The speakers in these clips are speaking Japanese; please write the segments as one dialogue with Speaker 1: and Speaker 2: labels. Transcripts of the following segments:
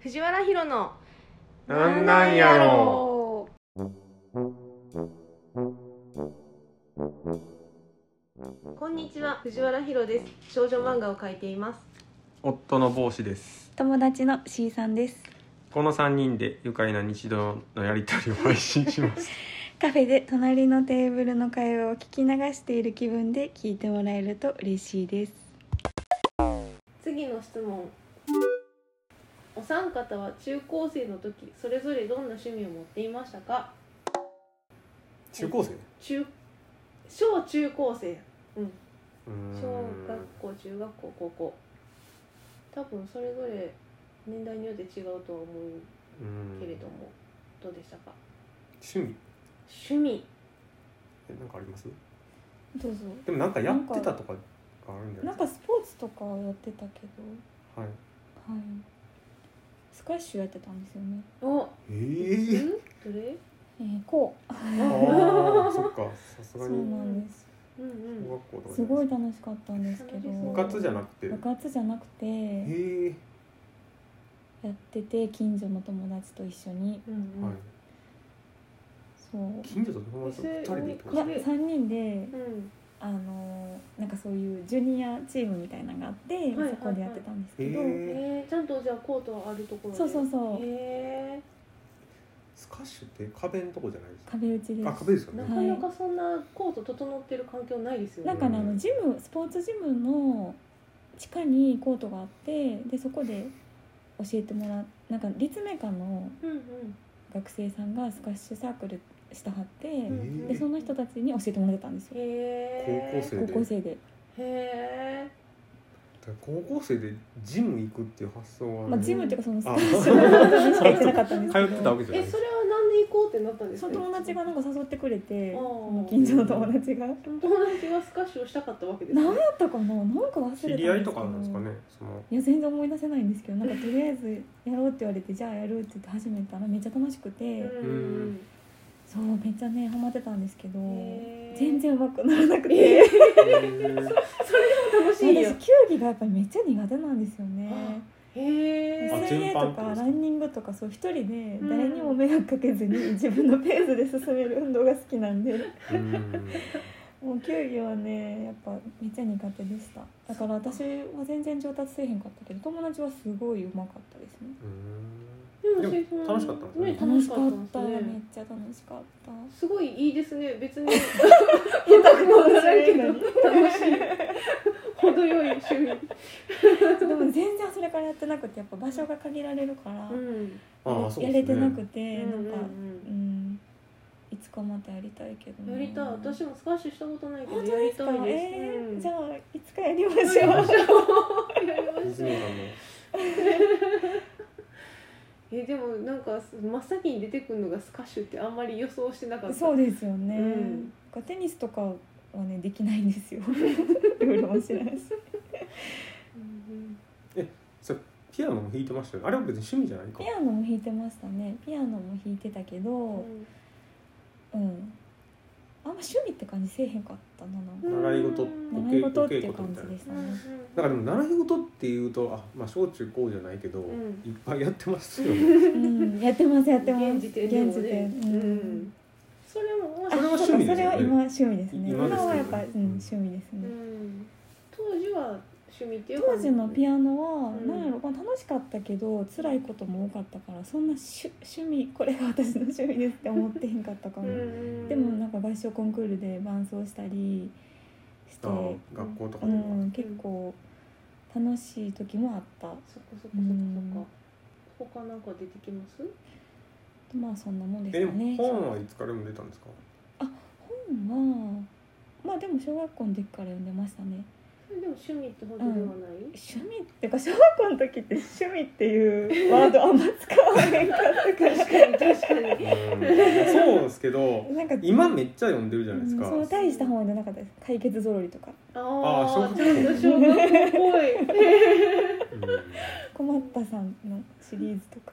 Speaker 1: 藤原ヒロの
Speaker 2: なんなんやろ
Speaker 1: こんにちは藤原ヒロです少女漫画を描いています
Speaker 2: 夫の帽子です
Speaker 3: 友達の C さんです
Speaker 2: この3人で愉快な日常のやりとりを配信します
Speaker 3: カフェで隣のテーブルの会話を聞き流している気分で聞いてもらえると嬉しいです
Speaker 1: 次の質問お三方は中高生の時それぞれどんな趣味を持っていましたか
Speaker 4: 中高生
Speaker 1: 中小中高生うん
Speaker 2: うーん
Speaker 1: 小学校中学校高校多分それぞれ年代によって違うとは思
Speaker 2: う
Speaker 1: う
Speaker 2: ーん
Speaker 1: けれどもどうでしたか
Speaker 4: 趣味
Speaker 1: 趣味
Speaker 4: えなんかあります
Speaker 3: どうぞ
Speaker 4: でもなんかやってたとかあるんじゃな
Speaker 3: ないん
Speaker 4: で
Speaker 3: か
Speaker 4: す
Speaker 3: スポーツとかやってたけど
Speaker 4: かはい
Speaker 3: はいスカッシュやってたんですよね
Speaker 1: お
Speaker 4: え
Speaker 1: う
Speaker 4: ー
Speaker 1: んどれ
Speaker 3: えー、こう
Speaker 4: ああそっかさす
Speaker 3: そ
Speaker 4: が
Speaker 3: う
Speaker 4: に
Speaker 3: なんです
Speaker 1: うんうん
Speaker 4: 小学校とか
Speaker 3: すごい楽しかったんですけど
Speaker 4: 部
Speaker 1: 楽し
Speaker 4: 活じゃなくて
Speaker 3: 部活じゃなく
Speaker 4: え
Speaker 3: て
Speaker 4: ー
Speaker 3: やってて近所の友達と一緒に
Speaker 1: うんうん
Speaker 4: はい
Speaker 3: そう
Speaker 4: 近所と友達と二人でってこ
Speaker 3: い
Speaker 4: と
Speaker 3: や
Speaker 4: ですか
Speaker 3: 3人で
Speaker 1: うん
Speaker 3: あのーなんかそういうジュニアチームみたいなのがあって、
Speaker 1: いはい
Speaker 3: そこでやってたんです
Speaker 4: え
Speaker 3: けど、
Speaker 4: ー
Speaker 1: えー、ちゃんとじゃあコートはあるところで
Speaker 3: そうそうそう
Speaker 1: へえ
Speaker 4: スカッシュって壁のとこじゃないですか
Speaker 3: 壁打ちです
Speaker 4: あ壁ですよ
Speaker 1: な
Speaker 4: ね
Speaker 1: かなかそんなコート整ってる環境ないですよ
Speaker 3: な
Speaker 1: ね
Speaker 3: んかねあのジムスポーツジムの地下にコートがあってでそこで教えてもらうなんか立命館の
Speaker 1: うんうん
Speaker 3: 学生さんがスカッシュサークルしたはって、
Speaker 4: えー
Speaker 3: でその人たちに教えてもらってたんですよ
Speaker 1: へ
Speaker 4: 高
Speaker 1: え
Speaker 4: 校生
Speaker 3: 高校生で、
Speaker 1: 生へ
Speaker 4: 高校生でジム行くっていう発想は
Speaker 3: まあ、
Speaker 4: ね
Speaker 3: ジムっていうかそのスカ
Speaker 4: あ
Speaker 3: ッシュのしか行ってなかったんで
Speaker 4: 通
Speaker 3: すけ
Speaker 4: っ
Speaker 3: ど
Speaker 4: てたわけじゃ
Speaker 1: ええ
Speaker 4: ないです
Speaker 1: それはなんで行こうってなったんです
Speaker 3: その友達がなんか誘ってくれて
Speaker 1: あ
Speaker 3: そ
Speaker 1: ー
Speaker 3: の近所の友達が
Speaker 1: その友達がスカッシュをしたかったわけです
Speaker 3: 何やったかななんか忘れたんです
Speaker 4: 知
Speaker 3: けど
Speaker 4: り合いとかなんですかねその
Speaker 3: いや全然思い出せないんですけどなんかとりあえずやろうって言われてじゃあやるって言って始めたらめっちゃ楽しくて、
Speaker 1: うん
Speaker 3: そうめっちゃねハマってたんですけど
Speaker 1: うんへー
Speaker 3: 全然うまくならなく
Speaker 1: え
Speaker 3: て
Speaker 1: 楽しいよ
Speaker 3: 私球技がやっぱりめっちゃ苦手なんですよね
Speaker 1: へえ
Speaker 4: あ
Speaker 3: 水泳
Speaker 4: 全般
Speaker 3: と
Speaker 4: ってこと
Speaker 3: か
Speaker 4: ですか
Speaker 3: ランニングとかそう一人で誰にも迷惑かけ ずに自分のペースで進める運動が好きなんで
Speaker 4: うん
Speaker 3: もう球技はねやっぱめっちゃ苦手でしただから私は全然上達せえへんかったけど友達はすごいうまかったですね
Speaker 4: でも
Speaker 1: シェイさん
Speaker 4: 楽しかったんですね
Speaker 3: 楽しかった
Speaker 1: 楽しかったです
Speaker 3: めっ
Speaker 1: ね
Speaker 3: ちゃ楽しかった
Speaker 1: すごいいいですね別 に下手くそならんけど楽しい程よい 趣味
Speaker 3: でも全然それからやってなくてやっぱ場所が限られるから、
Speaker 1: うん
Speaker 4: ああそう
Speaker 3: や
Speaker 4: ですね
Speaker 3: れてなく
Speaker 1: う
Speaker 3: て、
Speaker 1: んうん
Speaker 3: なんか、うん、いつかまたやりたいけど
Speaker 1: う
Speaker 3: ね、
Speaker 1: んやりたい私もスカッシュしたことないけど
Speaker 3: 本当
Speaker 1: や
Speaker 3: で
Speaker 1: り
Speaker 3: すか
Speaker 1: たいです
Speaker 3: えー
Speaker 1: うん
Speaker 3: じゃあいつかやりましょう、
Speaker 1: やりま
Speaker 4: ディ
Speaker 1: し
Speaker 4: ズ
Speaker 1: ょう
Speaker 4: ニーランド
Speaker 1: えでもなんか真っ先に出てくるのがスカッシュってあんまり予想してなかった
Speaker 3: そうですよね、
Speaker 1: うん
Speaker 3: なんかテニスとかはねできないんですよルールも知らないし
Speaker 1: うん
Speaker 4: そうピアノも弾いてましたよねあれは別に趣味じゃないか
Speaker 3: ピアノも弾いてましたねピアノも弾いてたけど、
Speaker 1: う
Speaker 3: うん
Speaker 1: ん
Speaker 3: あんま趣味って感じせえへんかったななんか
Speaker 1: うん
Speaker 4: 習い事
Speaker 1: うん
Speaker 3: 習い事
Speaker 4: お
Speaker 3: って
Speaker 4: 稽
Speaker 3: い
Speaker 4: 古
Speaker 3: う
Speaker 4: とみた
Speaker 3: 感
Speaker 4: い
Speaker 3: じ
Speaker 4: な
Speaker 3: でしたね、
Speaker 4: だからでも習い事っていうとあまあ小中高じゃないけど、
Speaker 1: ん
Speaker 4: いっぱいやってますよ ね
Speaker 3: うん、やってますやってます
Speaker 1: 現時点でもね
Speaker 3: 現時点
Speaker 1: う
Speaker 3: うん
Speaker 1: んそれも面
Speaker 4: それは
Speaker 1: 白い
Speaker 4: 趣味ですよね
Speaker 3: それは今趣味です
Speaker 4: 今
Speaker 3: ね。今
Speaker 4: ですよね
Speaker 3: はやっぱ、うん、趣味です
Speaker 1: う
Speaker 3: ね。
Speaker 1: ん当時は趣味っていう
Speaker 3: 当時のピ
Speaker 1: ア
Speaker 3: アノは、
Speaker 1: うん
Speaker 3: なんやろ、まあ、楽しかったけど、辛いことも多かったから、そんな趣、趣味、これが私の趣味ですって思ってへんかったかも。でも、なんか合唱コンクールで伴奏したりして
Speaker 4: あ。学校とか
Speaker 3: う
Speaker 4: でも、
Speaker 3: ん、結構楽しい時もあった。
Speaker 1: そっかそっかそっかそっか、
Speaker 3: うん
Speaker 1: 他なんか出てきます
Speaker 3: まあ、そんなもんで
Speaker 4: えです
Speaker 3: か
Speaker 4: も
Speaker 3: ね。
Speaker 4: 本はいつから読んでたんですか
Speaker 3: 本は。まあ、でも、小学校の時から読んでましたね。
Speaker 1: それでも趣味ってほどではない、
Speaker 3: 趣味っていうか小学校の時って趣味っていうワードあんま使わへんかったから
Speaker 1: 確かに確かに
Speaker 4: うんそうですけど
Speaker 3: なんか
Speaker 4: 今めっちゃ読んでるじゃないです
Speaker 3: う
Speaker 4: か、
Speaker 3: んその大した本はなかったです解決ぞろりとか
Speaker 1: あ
Speaker 4: あ
Speaker 1: あ
Speaker 4: ー
Speaker 1: ちょっと小学校っぽい
Speaker 3: 困ったさんのシリーズとか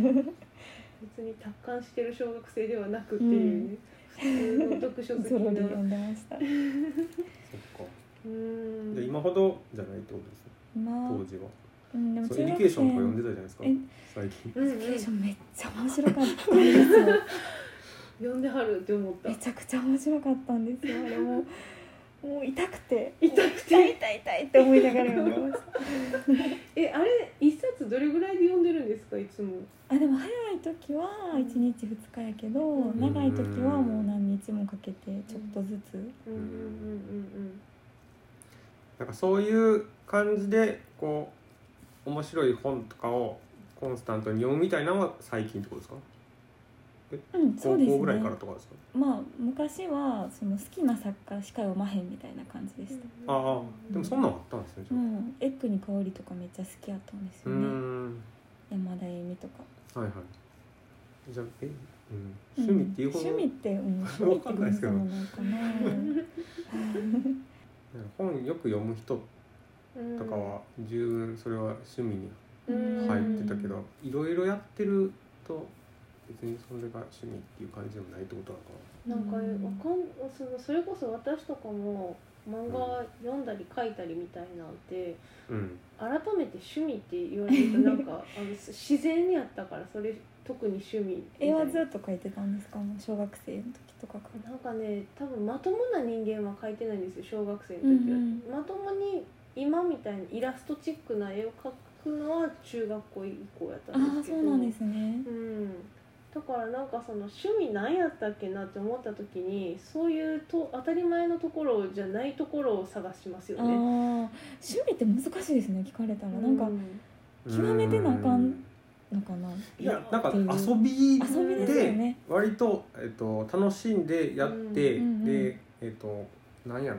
Speaker 1: 別に達観してる小学生ではなくっていうね、普通の読書好き
Speaker 3: ぞろり
Speaker 1: な
Speaker 3: 読んでました
Speaker 4: そっか
Speaker 1: うん
Speaker 4: じゃあ今ほどじゃないってことですね
Speaker 3: まあ
Speaker 4: 当時は
Speaker 3: うん、でも
Speaker 4: そ
Speaker 3: 中
Speaker 4: うエ
Speaker 3: 学
Speaker 4: デュケー
Speaker 3: 生
Speaker 4: ションとか読んでたじゃないですか
Speaker 3: え
Speaker 4: 最近
Speaker 3: エ
Speaker 1: うんう
Speaker 3: デュケー
Speaker 1: ん
Speaker 3: ションめっちゃ面白かったんです よ
Speaker 1: 呼んではるって思った
Speaker 3: めちゃくちゃ面白かったんですよあれもうもう痛くて
Speaker 1: 痛くて
Speaker 3: もう痛い痛い痛いって思いながら読んでまし
Speaker 1: えあれ一冊どれぐらいで読んでるんですかいつも
Speaker 3: たあでも早い時は1日2日やけど、
Speaker 1: うん
Speaker 3: 長い時はもう何日もかけてちょっとずつ
Speaker 1: うんうんうん
Speaker 4: なんかそういう感じでこう面白い本とかをコンスタントに読むみたいなのは最近ってことですか
Speaker 3: うんそうです
Speaker 4: 高校ぐらい
Speaker 3: ね
Speaker 4: からとかですか
Speaker 3: まあ昔はその好きな作家しか読まへんみたいな感じで
Speaker 1: う
Speaker 3: し
Speaker 1: ん
Speaker 3: た、
Speaker 4: ああでもそんなんあったんですねじ
Speaker 3: う
Speaker 4: ゃあ
Speaker 3: んエッグに香りとかめっちゃ好きやったんです
Speaker 4: う
Speaker 3: よ
Speaker 4: ー
Speaker 3: ね、
Speaker 4: ん
Speaker 3: 山田恵美とか
Speaker 4: はいはいじゃあえ、うん、趣味っていうほど、
Speaker 3: ん、趣味って、うん、趣 味ってことじゃないかな
Speaker 4: 本よく読む人とかは十分それは趣味に
Speaker 1: うん
Speaker 4: 入ってたけどいろいろやってると別にそれが趣味っていう感じでもないってことなのか
Speaker 1: なんかわかんそのそれこそ私とかも漫画読んだり書いたりみたいなんて
Speaker 4: なうん
Speaker 1: 改めて趣味って言われるとなんかあの自然にあったからそれ特に趣味みたい
Speaker 3: 絵
Speaker 1: な
Speaker 3: はずっと描いてたんですかもう小学生の時とかから
Speaker 1: なんかね多分まともな人間は描いてないんですよ小学生の時は、
Speaker 3: うん
Speaker 1: まともに今みたいにイラストチックな絵を描くのは中学校以降やっ
Speaker 3: ああ
Speaker 1: たんですけ
Speaker 3: そ
Speaker 1: ど
Speaker 3: うなんですね
Speaker 1: うんだからなんかその趣味なんやったっけなって思った時にそういうと当たり前のところじゃないところを探します
Speaker 3: ああ
Speaker 1: よね。
Speaker 3: 趣味って難しいですね聞かれたらなんか
Speaker 1: う
Speaker 3: 極めてなあかん
Speaker 4: うん
Speaker 3: のかない
Speaker 4: やなんか遊び
Speaker 3: 遊びですよね
Speaker 4: 割と、えっと、楽しんでやって、
Speaker 3: うんうんうん
Speaker 4: でえっとなんやろ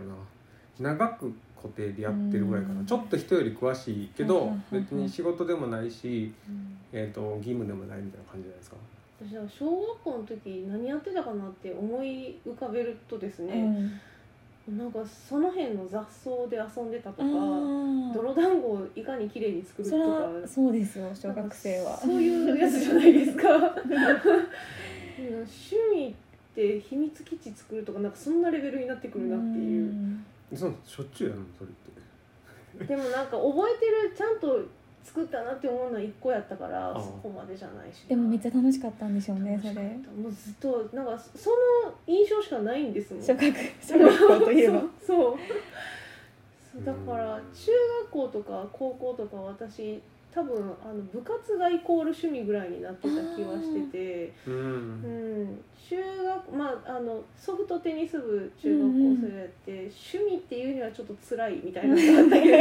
Speaker 4: な長く固定でやってるぐらいかな、
Speaker 3: うん
Speaker 4: ちょっと人より詳しいけど、
Speaker 3: はいはいはいはい
Speaker 4: 別に仕事でもないし、
Speaker 1: うん
Speaker 4: えっと、義務でもないみたいな感じじゃないですか
Speaker 1: 私は小学校の時何やってたかなって思い浮かべるとです
Speaker 3: う
Speaker 1: ね、
Speaker 3: ん
Speaker 1: なんかその辺の雑草で遊んでたとか
Speaker 3: あ
Speaker 1: 泥団子をいかに綺麗に作
Speaker 3: あ
Speaker 1: ると
Speaker 3: それ
Speaker 1: か
Speaker 3: はそうですよ小学生
Speaker 1: なん
Speaker 3: は
Speaker 1: かそういうやつじゃない ですか うん趣味って秘密基地作るとかなんかそんなレベルになってくるなっていう。
Speaker 3: ん
Speaker 4: そうしょっちゅうやるのそれって
Speaker 1: でもなんか覚えてるちゃんと作ったなって思うのは1個やったから
Speaker 4: ああ
Speaker 1: そこまでじゃないし
Speaker 3: でもめっちゃ楽しかったんでしょうねそれ
Speaker 1: もうずっとなんかその印象しかないんですもん
Speaker 3: 小学小学校 といえば
Speaker 1: そうそうそうだから中学校とか高校とか私多分あの部活がイコール趣味ぐらいになってた気はしてて
Speaker 4: う
Speaker 1: うんん中学まああのソフトテニス部中学校それやって、趣味っていうにはちょっと辛いみたいなのがあったけ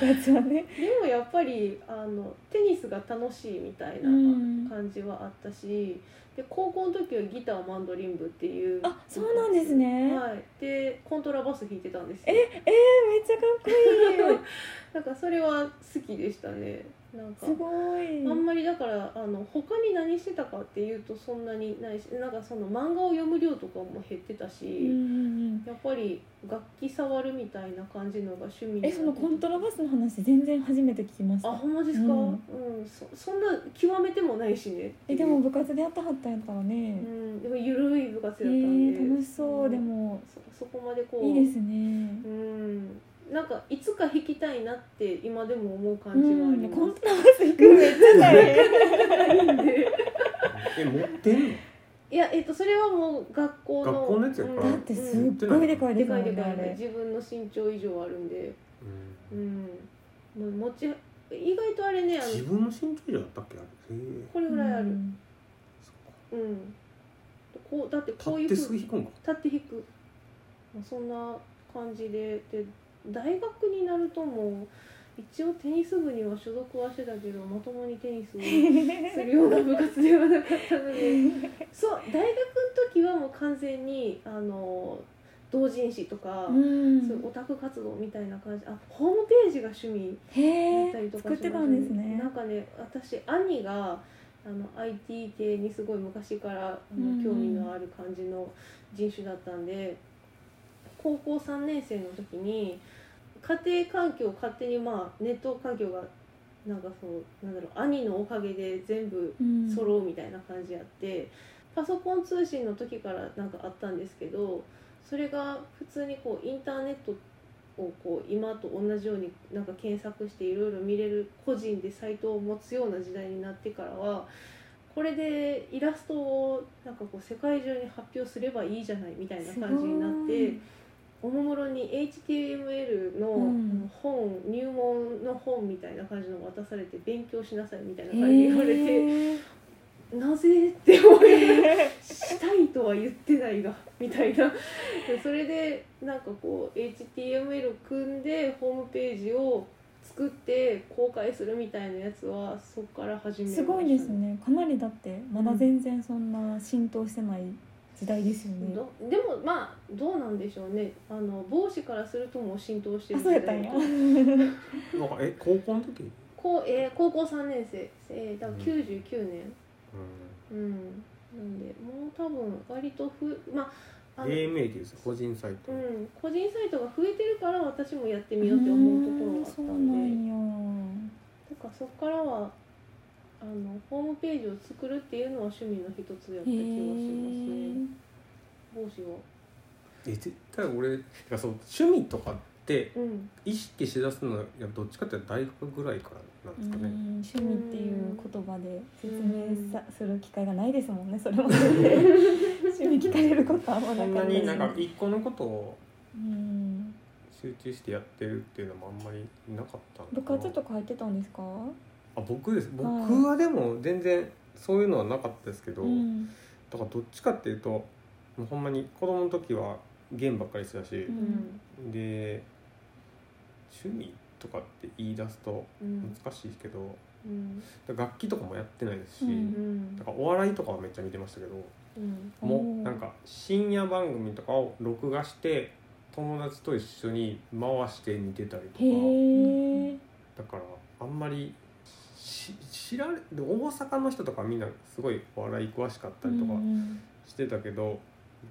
Speaker 1: ど
Speaker 3: 部活はね
Speaker 1: でもやっぱりあのテニスが楽しいみたいな
Speaker 3: うん
Speaker 1: 感じはあったし、で高校の時はギターマンドリン部っていう
Speaker 3: あそうなんですね
Speaker 1: はい、でコントラバス弾いてたんですよ
Speaker 3: ええー、めっちゃかっこいい
Speaker 1: なん かそれは好きでしたねなんか
Speaker 3: すごい
Speaker 1: あんまりだからあの他に何してたかっていうとそんなにないしなんかその漫画を読む量とかも減ってたし、
Speaker 3: うん
Speaker 1: やっぱり楽器触るみたいな感じのが趣味にな
Speaker 3: え
Speaker 1: ってて
Speaker 3: そのコントラバスの話全然初めて聞きまし
Speaker 1: あ
Speaker 3: た
Speaker 1: ほんまですか、う
Speaker 3: うんん
Speaker 1: そそんな極めてもないしね
Speaker 3: えでも部活でやったはったんやったら
Speaker 1: う
Speaker 3: ね、
Speaker 1: んでもゆるい部活だった
Speaker 3: え
Speaker 1: んで、
Speaker 3: ー、楽しそう、
Speaker 1: ん
Speaker 3: でも
Speaker 1: そそこまでこう
Speaker 3: いいですね
Speaker 1: うんなんかいつか弾きたいなって今でも思う
Speaker 3: う
Speaker 1: 感じはあり
Speaker 3: んコ
Speaker 1: ま
Speaker 3: ントラバス弾くのめっちゃ大変
Speaker 1: す、
Speaker 4: え持ってんの
Speaker 1: いやえっとそれはもう学校の
Speaker 4: 学校のやつやから
Speaker 1: うん
Speaker 3: だってすっごいでかい
Speaker 1: で
Speaker 3: です
Speaker 1: か
Speaker 3: もん
Speaker 1: いで
Speaker 3: ね
Speaker 1: か
Speaker 3: あ
Speaker 1: い、
Speaker 3: れ
Speaker 1: 自分の身長以上あるんでうんもう持ち意外とあれねあ
Speaker 4: 自
Speaker 1: の
Speaker 4: 分の身長以上だったっけあれへえ
Speaker 1: これぐらいある
Speaker 3: うん
Speaker 4: そっか
Speaker 1: うん、こうだってこういう
Speaker 4: 立
Speaker 1: ふ
Speaker 4: ってす
Speaker 1: う
Speaker 4: ぐ
Speaker 1: に
Speaker 4: 引くんか
Speaker 1: 立って弾く、まあ、そんな感じでで大学になるともう一応テニス部には所属はしてたけどまともにテニスをするような部活ではなかったのでそう大学の時はもう完全にあの同人誌とか、
Speaker 3: うん
Speaker 1: そういうオタク活動みたいな感じあホームページが趣味
Speaker 3: へ
Speaker 1: だっ
Speaker 3: え
Speaker 1: たりとか
Speaker 3: 作ってたんですね
Speaker 1: なんかね私兄があの IT 系にすごい昔からあ
Speaker 3: うんう
Speaker 1: の
Speaker 3: ん
Speaker 1: 興味のある感じの人種だったんで、高校3年生の時に家庭環境勝手にまあネット環境がなんかそうなんだろう兄のおかげで全部
Speaker 3: うん
Speaker 1: 揃うみたいな感じやって、パソコン通信の時からなんかあったんですけどそれが普通にこうインターネットをこう今と同じようになんか検索していろいろ見れる個人でサイトを持つような時代になってからはこれでイラストをなんかこう世界中に発表すればいいじゃないみたいな感じになって。おもむろに HTML の
Speaker 3: うん
Speaker 1: 本、入門の本みたいな感じの渡されて勉強しなさいみたいな
Speaker 3: すご
Speaker 1: 感
Speaker 3: い
Speaker 1: じで言われて、
Speaker 3: へー
Speaker 1: なぜって思いながらしたいとは言ってないがみたいなそれでなんかこう HTML を組んでホームページを作って公開するみたいなやつはそこから始めまし
Speaker 3: す
Speaker 1: た
Speaker 3: ごいですねかなりだってまだ全然そんな浸透してない時代ですよね、
Speaker 1: どでもまあどうなんでしょうねあの帽子からするともう浸透して
Speaker 3: あ
Speaker 1: る
Speaker 3: そうやったんや
Speaker 4: なんかえ高校の時、うん、
Speaker 1: こう、えー高校3年生、えー、だから99年うん、なんでもう多分割とふまああの
Speaker 4: AMA っていう個人サイト、
Speaker 1: うん、個人サイトが増えてるから私もやってみようって思うところがあった
Speaker 3: うーんそうん
Speaker 1: で
Speaker 3: なんや
Speaker 1: だからそこからはあのホームページを作るっていうのは趣味の一つやった気がします
Speaker 3: へ
Speaker 1: ね
Speaker 3: ー
Speaker 1: 帽子を
Speaker 4: え絶対俺てかそう趣味とかって
Speaker 1: うん
Speaker 4: 意識しだすのはいやどっちかっていうと大学ぐらいからなん
Speaker 3: う
Speaker 4: ですかね、
Speaker 3: ん趣味っていう言葉で説明さする機会がないですもんねそれも趣味聞かれることはあんま
Speaker 4: そんな
Speaker 3: なかったし
Speaker 4: になんか一個のことを
Speaker 3: うん
Speaker 4: 集中してやってるっていうのもあんまりなかったのかな
Speaker 3: 部活とか入ってたんですか、
Speaker 4: あ僕です僕はでも全然そういうのはなかったですけど、
Speaker 3: うん
Speaker 4: だからどっちかっていうともうほんまに子供の時はゲームばっかりしてたし
Speaker 3: う、ん
Speaker 4: で趣味とかって言い出すと
Speaker 1: うん
Speaker 4: 難しいけど、
Speaker 1: うん
Speaker 4: だから楽器とかもやってないですし、
Speaker 3: うん
Speaker 1: うん
Speaker 4: だからお笑いとかはめっちゃ見てましたけど、
Speaker 1: うん
Speaker 4: も
Speaker 3: おー
Speaker 4: うなんか深夜番組とかを録画して友達と一緒に回して見てたりと
Speaker 3: へ
Speaker 4: か
Speaker 3: え、
Speaker 4: だからあんまりし知られで大阪の人とかみんなすごいお笑い詳しかったりとか
Speaker 3: うん
Speaker 4: してたけど、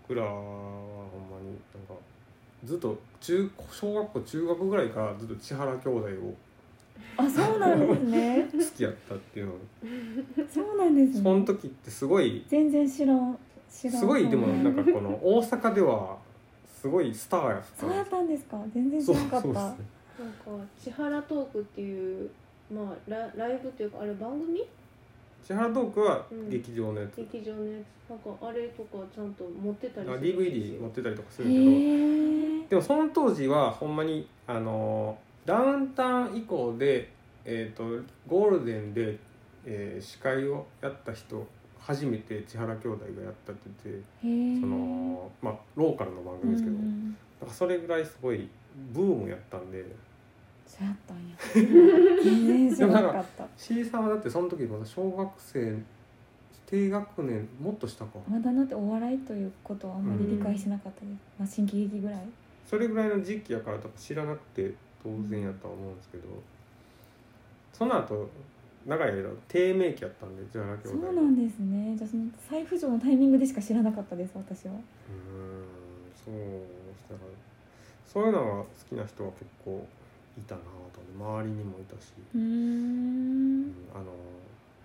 Speaker 4: 僕らはほんまになんかずっと中小学校中学ぐらいからずっと千原兄弟を
Speaker 3: あそうなんです ね
Speaker 4: 好きやったっていうのを
Speaker 3: そうなんです
Speaker 4: その
Speaker 3: ね
Speaker 4: 時ってすごい
Speaker 3: 全然知らん知らん
Speaker 4: すごいでもなんか
Speaker 3: うん
Speaker 4: この大阪ではすごいスターやった
Speaker 3: そうやったんですか全然知らなかった
Speaker 4: そうそうですね
Speaker 1: なんか千原トークっていうまあラライブっていうかあれ番組
Speaker 4: 千原トークは
Speaker 1: うん
Speaker 4: 劇場のやつ、
Speaker 1: 劇場のやつなんかあれとかちゃんと持ってたり
Speaker 4: あ
Speaker 1: するんです
Speaker 4: DVD 持
Speaker 1: よ
Speaker 4: ってたりとかす
Speaker 3: へ
Speaker 4: るけど
Speaker 3: え
Speaker 4: でもその当時はほんまにあのーダウンタウン以降で、えー、とゴールデンで、えー司会をやった人初めて千原兄弟がやったって言って
Speaker 3: へえ
Speaker 4: その、まあ、ローカルの番組ですけど、
Speaker 3: うんう
Speaker 4: だ
Speaker 3: ん
Speaker 4: からそれぐらいすごいブームやったんで
Speaker 3: そうやったんや全然知らなかった
Speaker 4: シーさんはだってその時まだ小学生低学年もっと下か
Speaker 3: まだなってお笑いということはあんまり理解してなかったです、まあ新喜劇ぐらい
Speaker 4: それぐらいの時期やから多分知らなくて当然やとは思うんですけど、その後長い間低迷期やったんでじゃあ兄
Speaker 3: そ
Speaker 4: 弟
Speaker 3: うなんですねじゃあその再浮上のタイミングでしか知らなかったです私は
Speaker 4: うーんそうだからそういうのが好きな人は結構いたなと思って周りにもいたし、
Speaker 3: うー
Speaker 4: うんんあの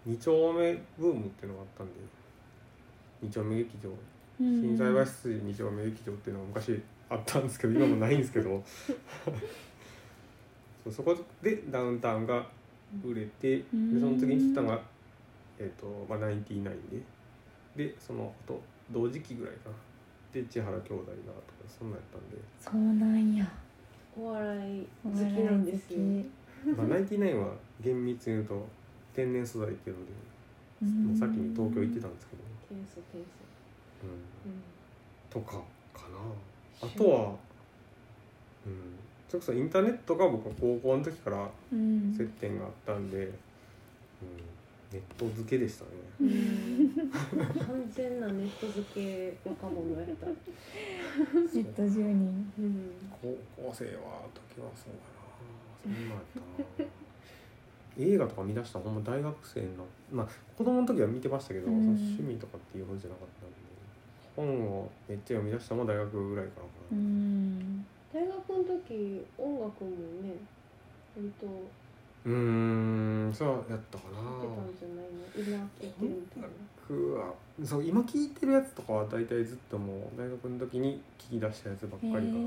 Speaker 4: 二丁目ブームっていうのがあったんで二丁目劇場心斎橋筋二丁目劇場っていうのが昔あったんですけど今もないんですけ どそうそこでダウンタウンが売れてで
Speaker 3: うん
Speaker 4: その時に知ったのが、えーとまあ、99ででその後同時期ぐらいかなで千原兄弟がとかそんなんやっ
Speaker 3: そうなんや
Speaker 1: お笑い
Speaker 3: お
Speaker 1: 好き
Speaker 3: 笑い
Speaker 1: なんですよ
Speaker 3: 好
Speaker 4: た んで、まあ、99は厳密に言うと天然素材っていうので
Speaker 3: き
Speaker 4: もうさっきに東京行ってたんですけど、
Speaker 1: 天素天素
Speaker 4: うん、
Speaker 1: うん
Speaker 4: とかかなあとはうんそれこそインターネットが僕は高校の時から
Speaker 3: うん
Speaker 4: 接点があったんで、うん、ネット付けでしたね
Speaker 1: うん完全なネット付け若者やった、
Speaker 3: ネット10人
Speaker 1: うん、
Speaker 4: 高校生は時はそうかなそんなんやったな映画とか見出したのほんま大学生のまあ子供の時は見てましたけど、
Speaker 3: うん
Speaker 4: その趣味とかっていうほどじゃなかったんで本をめっちゃ読み出したのも大学ぐらいからか
Speaker 3: う
Speaker 4: な、
Speaker 3: ん
Speaker 1: 大学の時音楽もね割と
Speaker 4: うーんそうやったか
Speaker 1: やってた
Speaker 4: なん
Speaker 1: じゃないの今聴いてるみたいな
Speaker 4: 僕はそう今聴いてるやつとかは大体ずっともう大学の時に聴き出したやつばっかりかな、
Speaker 3: へえ
Speaker 4: だ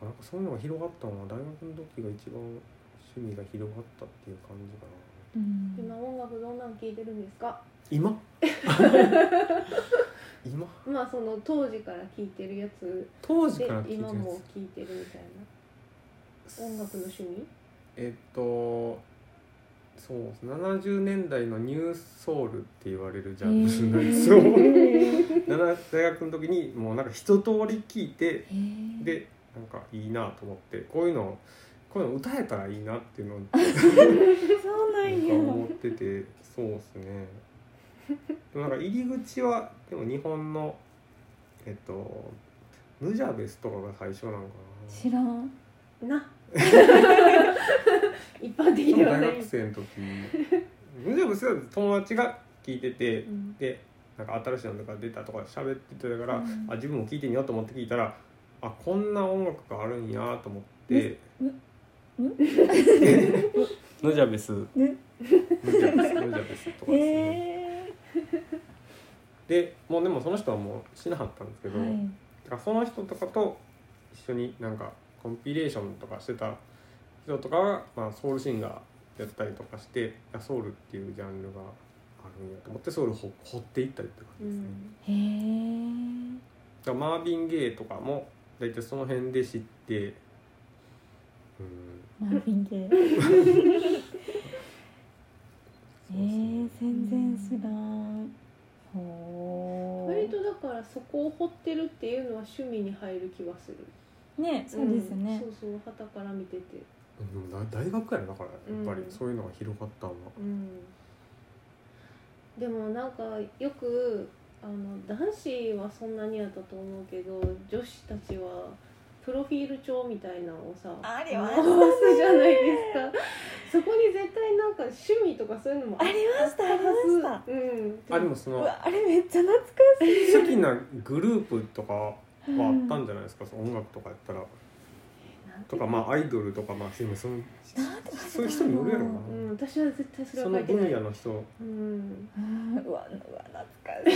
Speaker 4: かなんかそういうのが広がったのは大学の時が一番趣味が広がったっていう感じかな
Speaker 3: うん
Speaker 1: 今音楽どんなん聴いてるんですか
Speaker 4: 今今
Speaker 1: まあその当時から聴いてるやつ
Speaker 4: 当時
Speaker 1: で
Speaker 4: から聞いてるや
Speaker 1: 今
Speaker 4: つ
Speaker 1: も聴いてるみたいな音楽の趣味
Speaker 4: えっとそう70年代のニューソウルって言われるジャンルなんですよ、なな大学の時にもうなんか一通り聞いてでなんかいいなと思ってこういうのこういうの歌えたらいいなっていうのを
Speaker 3: そうな
Speaker 4: なん
Speaker 3: ん
Speaker 4: か
Speaker 3: や
Speaker 4: 思っててそうですねでもなんか入り口はでも日本のえっとムジャベスとかが最初なのか
Speaker 3: 知らん
Speaker 1: な一般的で
Speaker 4: な
Speaker 1: は
Speaker 4: 大
Speaker 1: ない
Speaker 4: 学生の時ムジャベスは友達が聞いてて
Speaker 1: うん
Speaker 4: でなんか新しいのとか出たとか喋ってたから、
Speaker 3: うん
Speaker 4: あ自分も聞いてみようと思って聞いたらあこんな音楽があるんやと思って ムジャベスム
Speaker 3: ね
Speaker 4: ジャベスムジャベスとかですね、
Speaker 3: え
Speaker 4: でもうでもその人はもうしなかったんですけ
Speaker 3: ー
Speaker 4: ど、
Speaker 3: はい
Speaker 4: だからその人とかと一緒になんかコンピレーションとかしてた人とかは、まあ、ソウルシンガーやったりとかしてあソウルっていうジャンルがあるんやと思ってソウルを掘掘っていったりって感
Speaker 1: う
Speaker 4: じですね、
Speaker 1: ん
Speaker 3: へえ
Speaker 4: だからマービン・ゲイとかも大体その辺で知ってうん
Speaker 3: マーヴィンゲイえー、全然知らんほ
Speaker 1: 割
Speaker 3: ー
Speaker 1: とだからそこを掘ってるっていうのは趣味に入る気はする
Speaker 3: ねそうです
Speaker 1: ん
Speaker 3: ね
Speaker 1: そうそう旗から見てて
Speaker 4: うんでもだ大学やなだからやっぱり
Speaker 1: うん
Speaker 4: そういうのが広がったのは、
Speaker 1: うんでもなんかよくあの男子はそんなにやったと思うけど女子たちはプロフィール帳みたいなのをさ
Speaker 3: ありま
Speaker 1: 回
Speaker 3: し
Speaker 1: す
Speaker 3: たね
Speaker 1: じゃない ですかそこに絶対なんか趣味とかそういうのも
Speaker 3: ありましたありました
Speaker 1: ずうん
Speaker 4: あでもそうの
Speaker 3: わあれめっちゃ懐かしい
Speaker 4: 好きなグループとかはあったんじゃないですか、その音楽とかやったらとかまあアイドルとかまあでもその
Speaker 3: なんて書いてたの
Speaker 4: そういう人によるやろな
Speaker 1: うん、私は絶対それ
Speaker 4: そ
Speaker 1: は書い
Speaker 4: の
Speaker 1: てな
Speaker 4: 分
Speaker 1: い
Speaker 4: 野の人
Speaker 1: うん
Speaker 3: うんうわうわ懐かし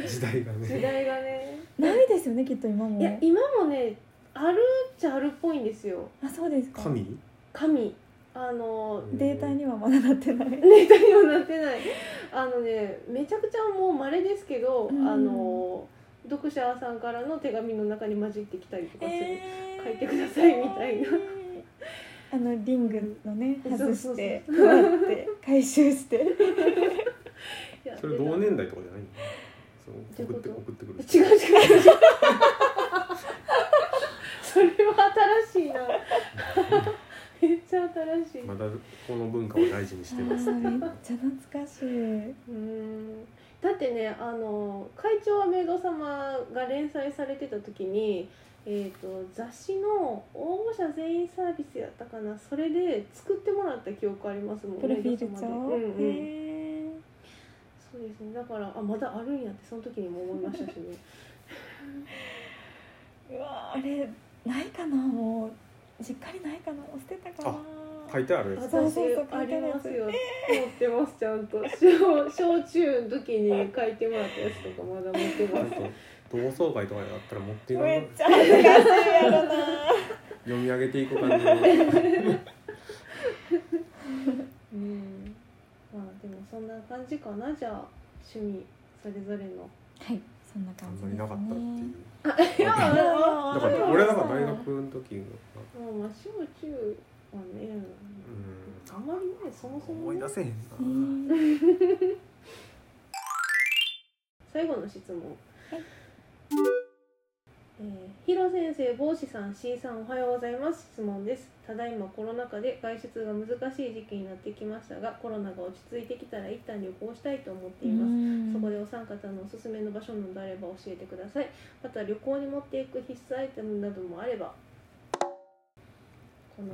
Speaker 3: い
Speaker 4: 時代が
Speaker 1: 時
Speaker 4: ね
Speaker 1: 代がね
Speaker 3: ないですよねきっと今
Speaker 1: いや
Speaker 3: も
Speaker 1: 今もねあるっちゃあるっぽいんですよ
Speaker 3: あそうですか
Speaker 4: 神
Speaker 1: 神あの
Speaker 3: データにはまだなってない
Speaker 1: ネタにはなってないあのねめちゃくちゃもう稀ですけど、
Speaker 3: うん
Speaker 1: あの読者さんからの手紙の中に混じってきたりとかする、
Speaker 3: え
Speaker 1: 書いてくださいみたいな
Speaker 3: あのリングのね
Speaker 1: うん
Speaker 3: 外して
Speaker 1: そ
Speaker 3: 配って回収して
Speaker 1: やって
Speaker 4: そ
Speaker 1: た
Speaker 4: れ同年代とかじゃないのそ
Speaker 1: どう
Speaker 4: う
Speaker 1: いうこ
Speaker 4: 送っ
Speaker 1: と
Speaker 4: て送ってくる
Speaker 1: 違う違う違う それは新しいな めっちゃ新しい、
Speaker 4: まだこの文化を大事にしてます
Speaker 3: あーめっちゃ懐かしい。
Speaker 1: うんだってねあの会長はメイド様が連載されてた時に、えー、と雑誌の応募者全員サービスやったかなそれで作ってもらった記憶ありますもん
Speaker 3: プロフィール
Speaker 1: メイ
Speaker 3: 帳
Speaker 1: ド。様でうんうん、
Speaker 3: へー
Speaker 1: そうですねだからあまだあるんやってその時にも思いましたしね
Speaker 3: うわーあれないかなもうしっかりないかな捨てたかな。
Speaker 4: 書いてあるやつ
Speaker 3: そう
Speaker 1: 私
Speaker 3: そうそう
Speaker 1: ありますよ持ってますちゃんと小小中の時に書いてもらったやつとかまだ持って
Speaker 4: あ
Speaker 1: ます
Speaker 4: と同窓会とかだったら持っていかな
Speaker 3: めっちゃ恥ずかしいやろな。
Speaker 4: 読み上げていく感じのは
Speaker 1: うんまあでもそんな感じかなじゃあ趣味それぞれの
Speaker 3: はいそんな
Speaker 4: あ
Speaker 3: 感
Speaker 4: ん
Speaker 3: じ
Speaker 4: まり
Speaker 3: ですね。
Speaker 4: なかったって
Speaker 1: い
Speaker 4: いう
Speaker 1: や
Speaker 4: だ
Speaker 1: あ
Speaker 3: だ
Speaker 4: から俺なんか大
Speaker 3: う
Speaker 4: 学の時の
Speaker 1: まあ小中はね
Speaker 4: うん
Speaker 1: あんまりねそもそも
Speaker 4: 思い
Speaker 1: ね
Speaker 4: 出せへんな
Speaker 3: ーん
Speaker 1: 最後の質問、えーヒロ先生、帽子さん、C さんおはようございます質問ですただいまコロナ禍で外出が難しい時期になってきましたがコロナが落ち着いてきたら一旦旅行したいと思っていますそこでお三方のおすすめの場所などあれば教えてください。また旅行に持っていく必須アイテムなどもあれば。この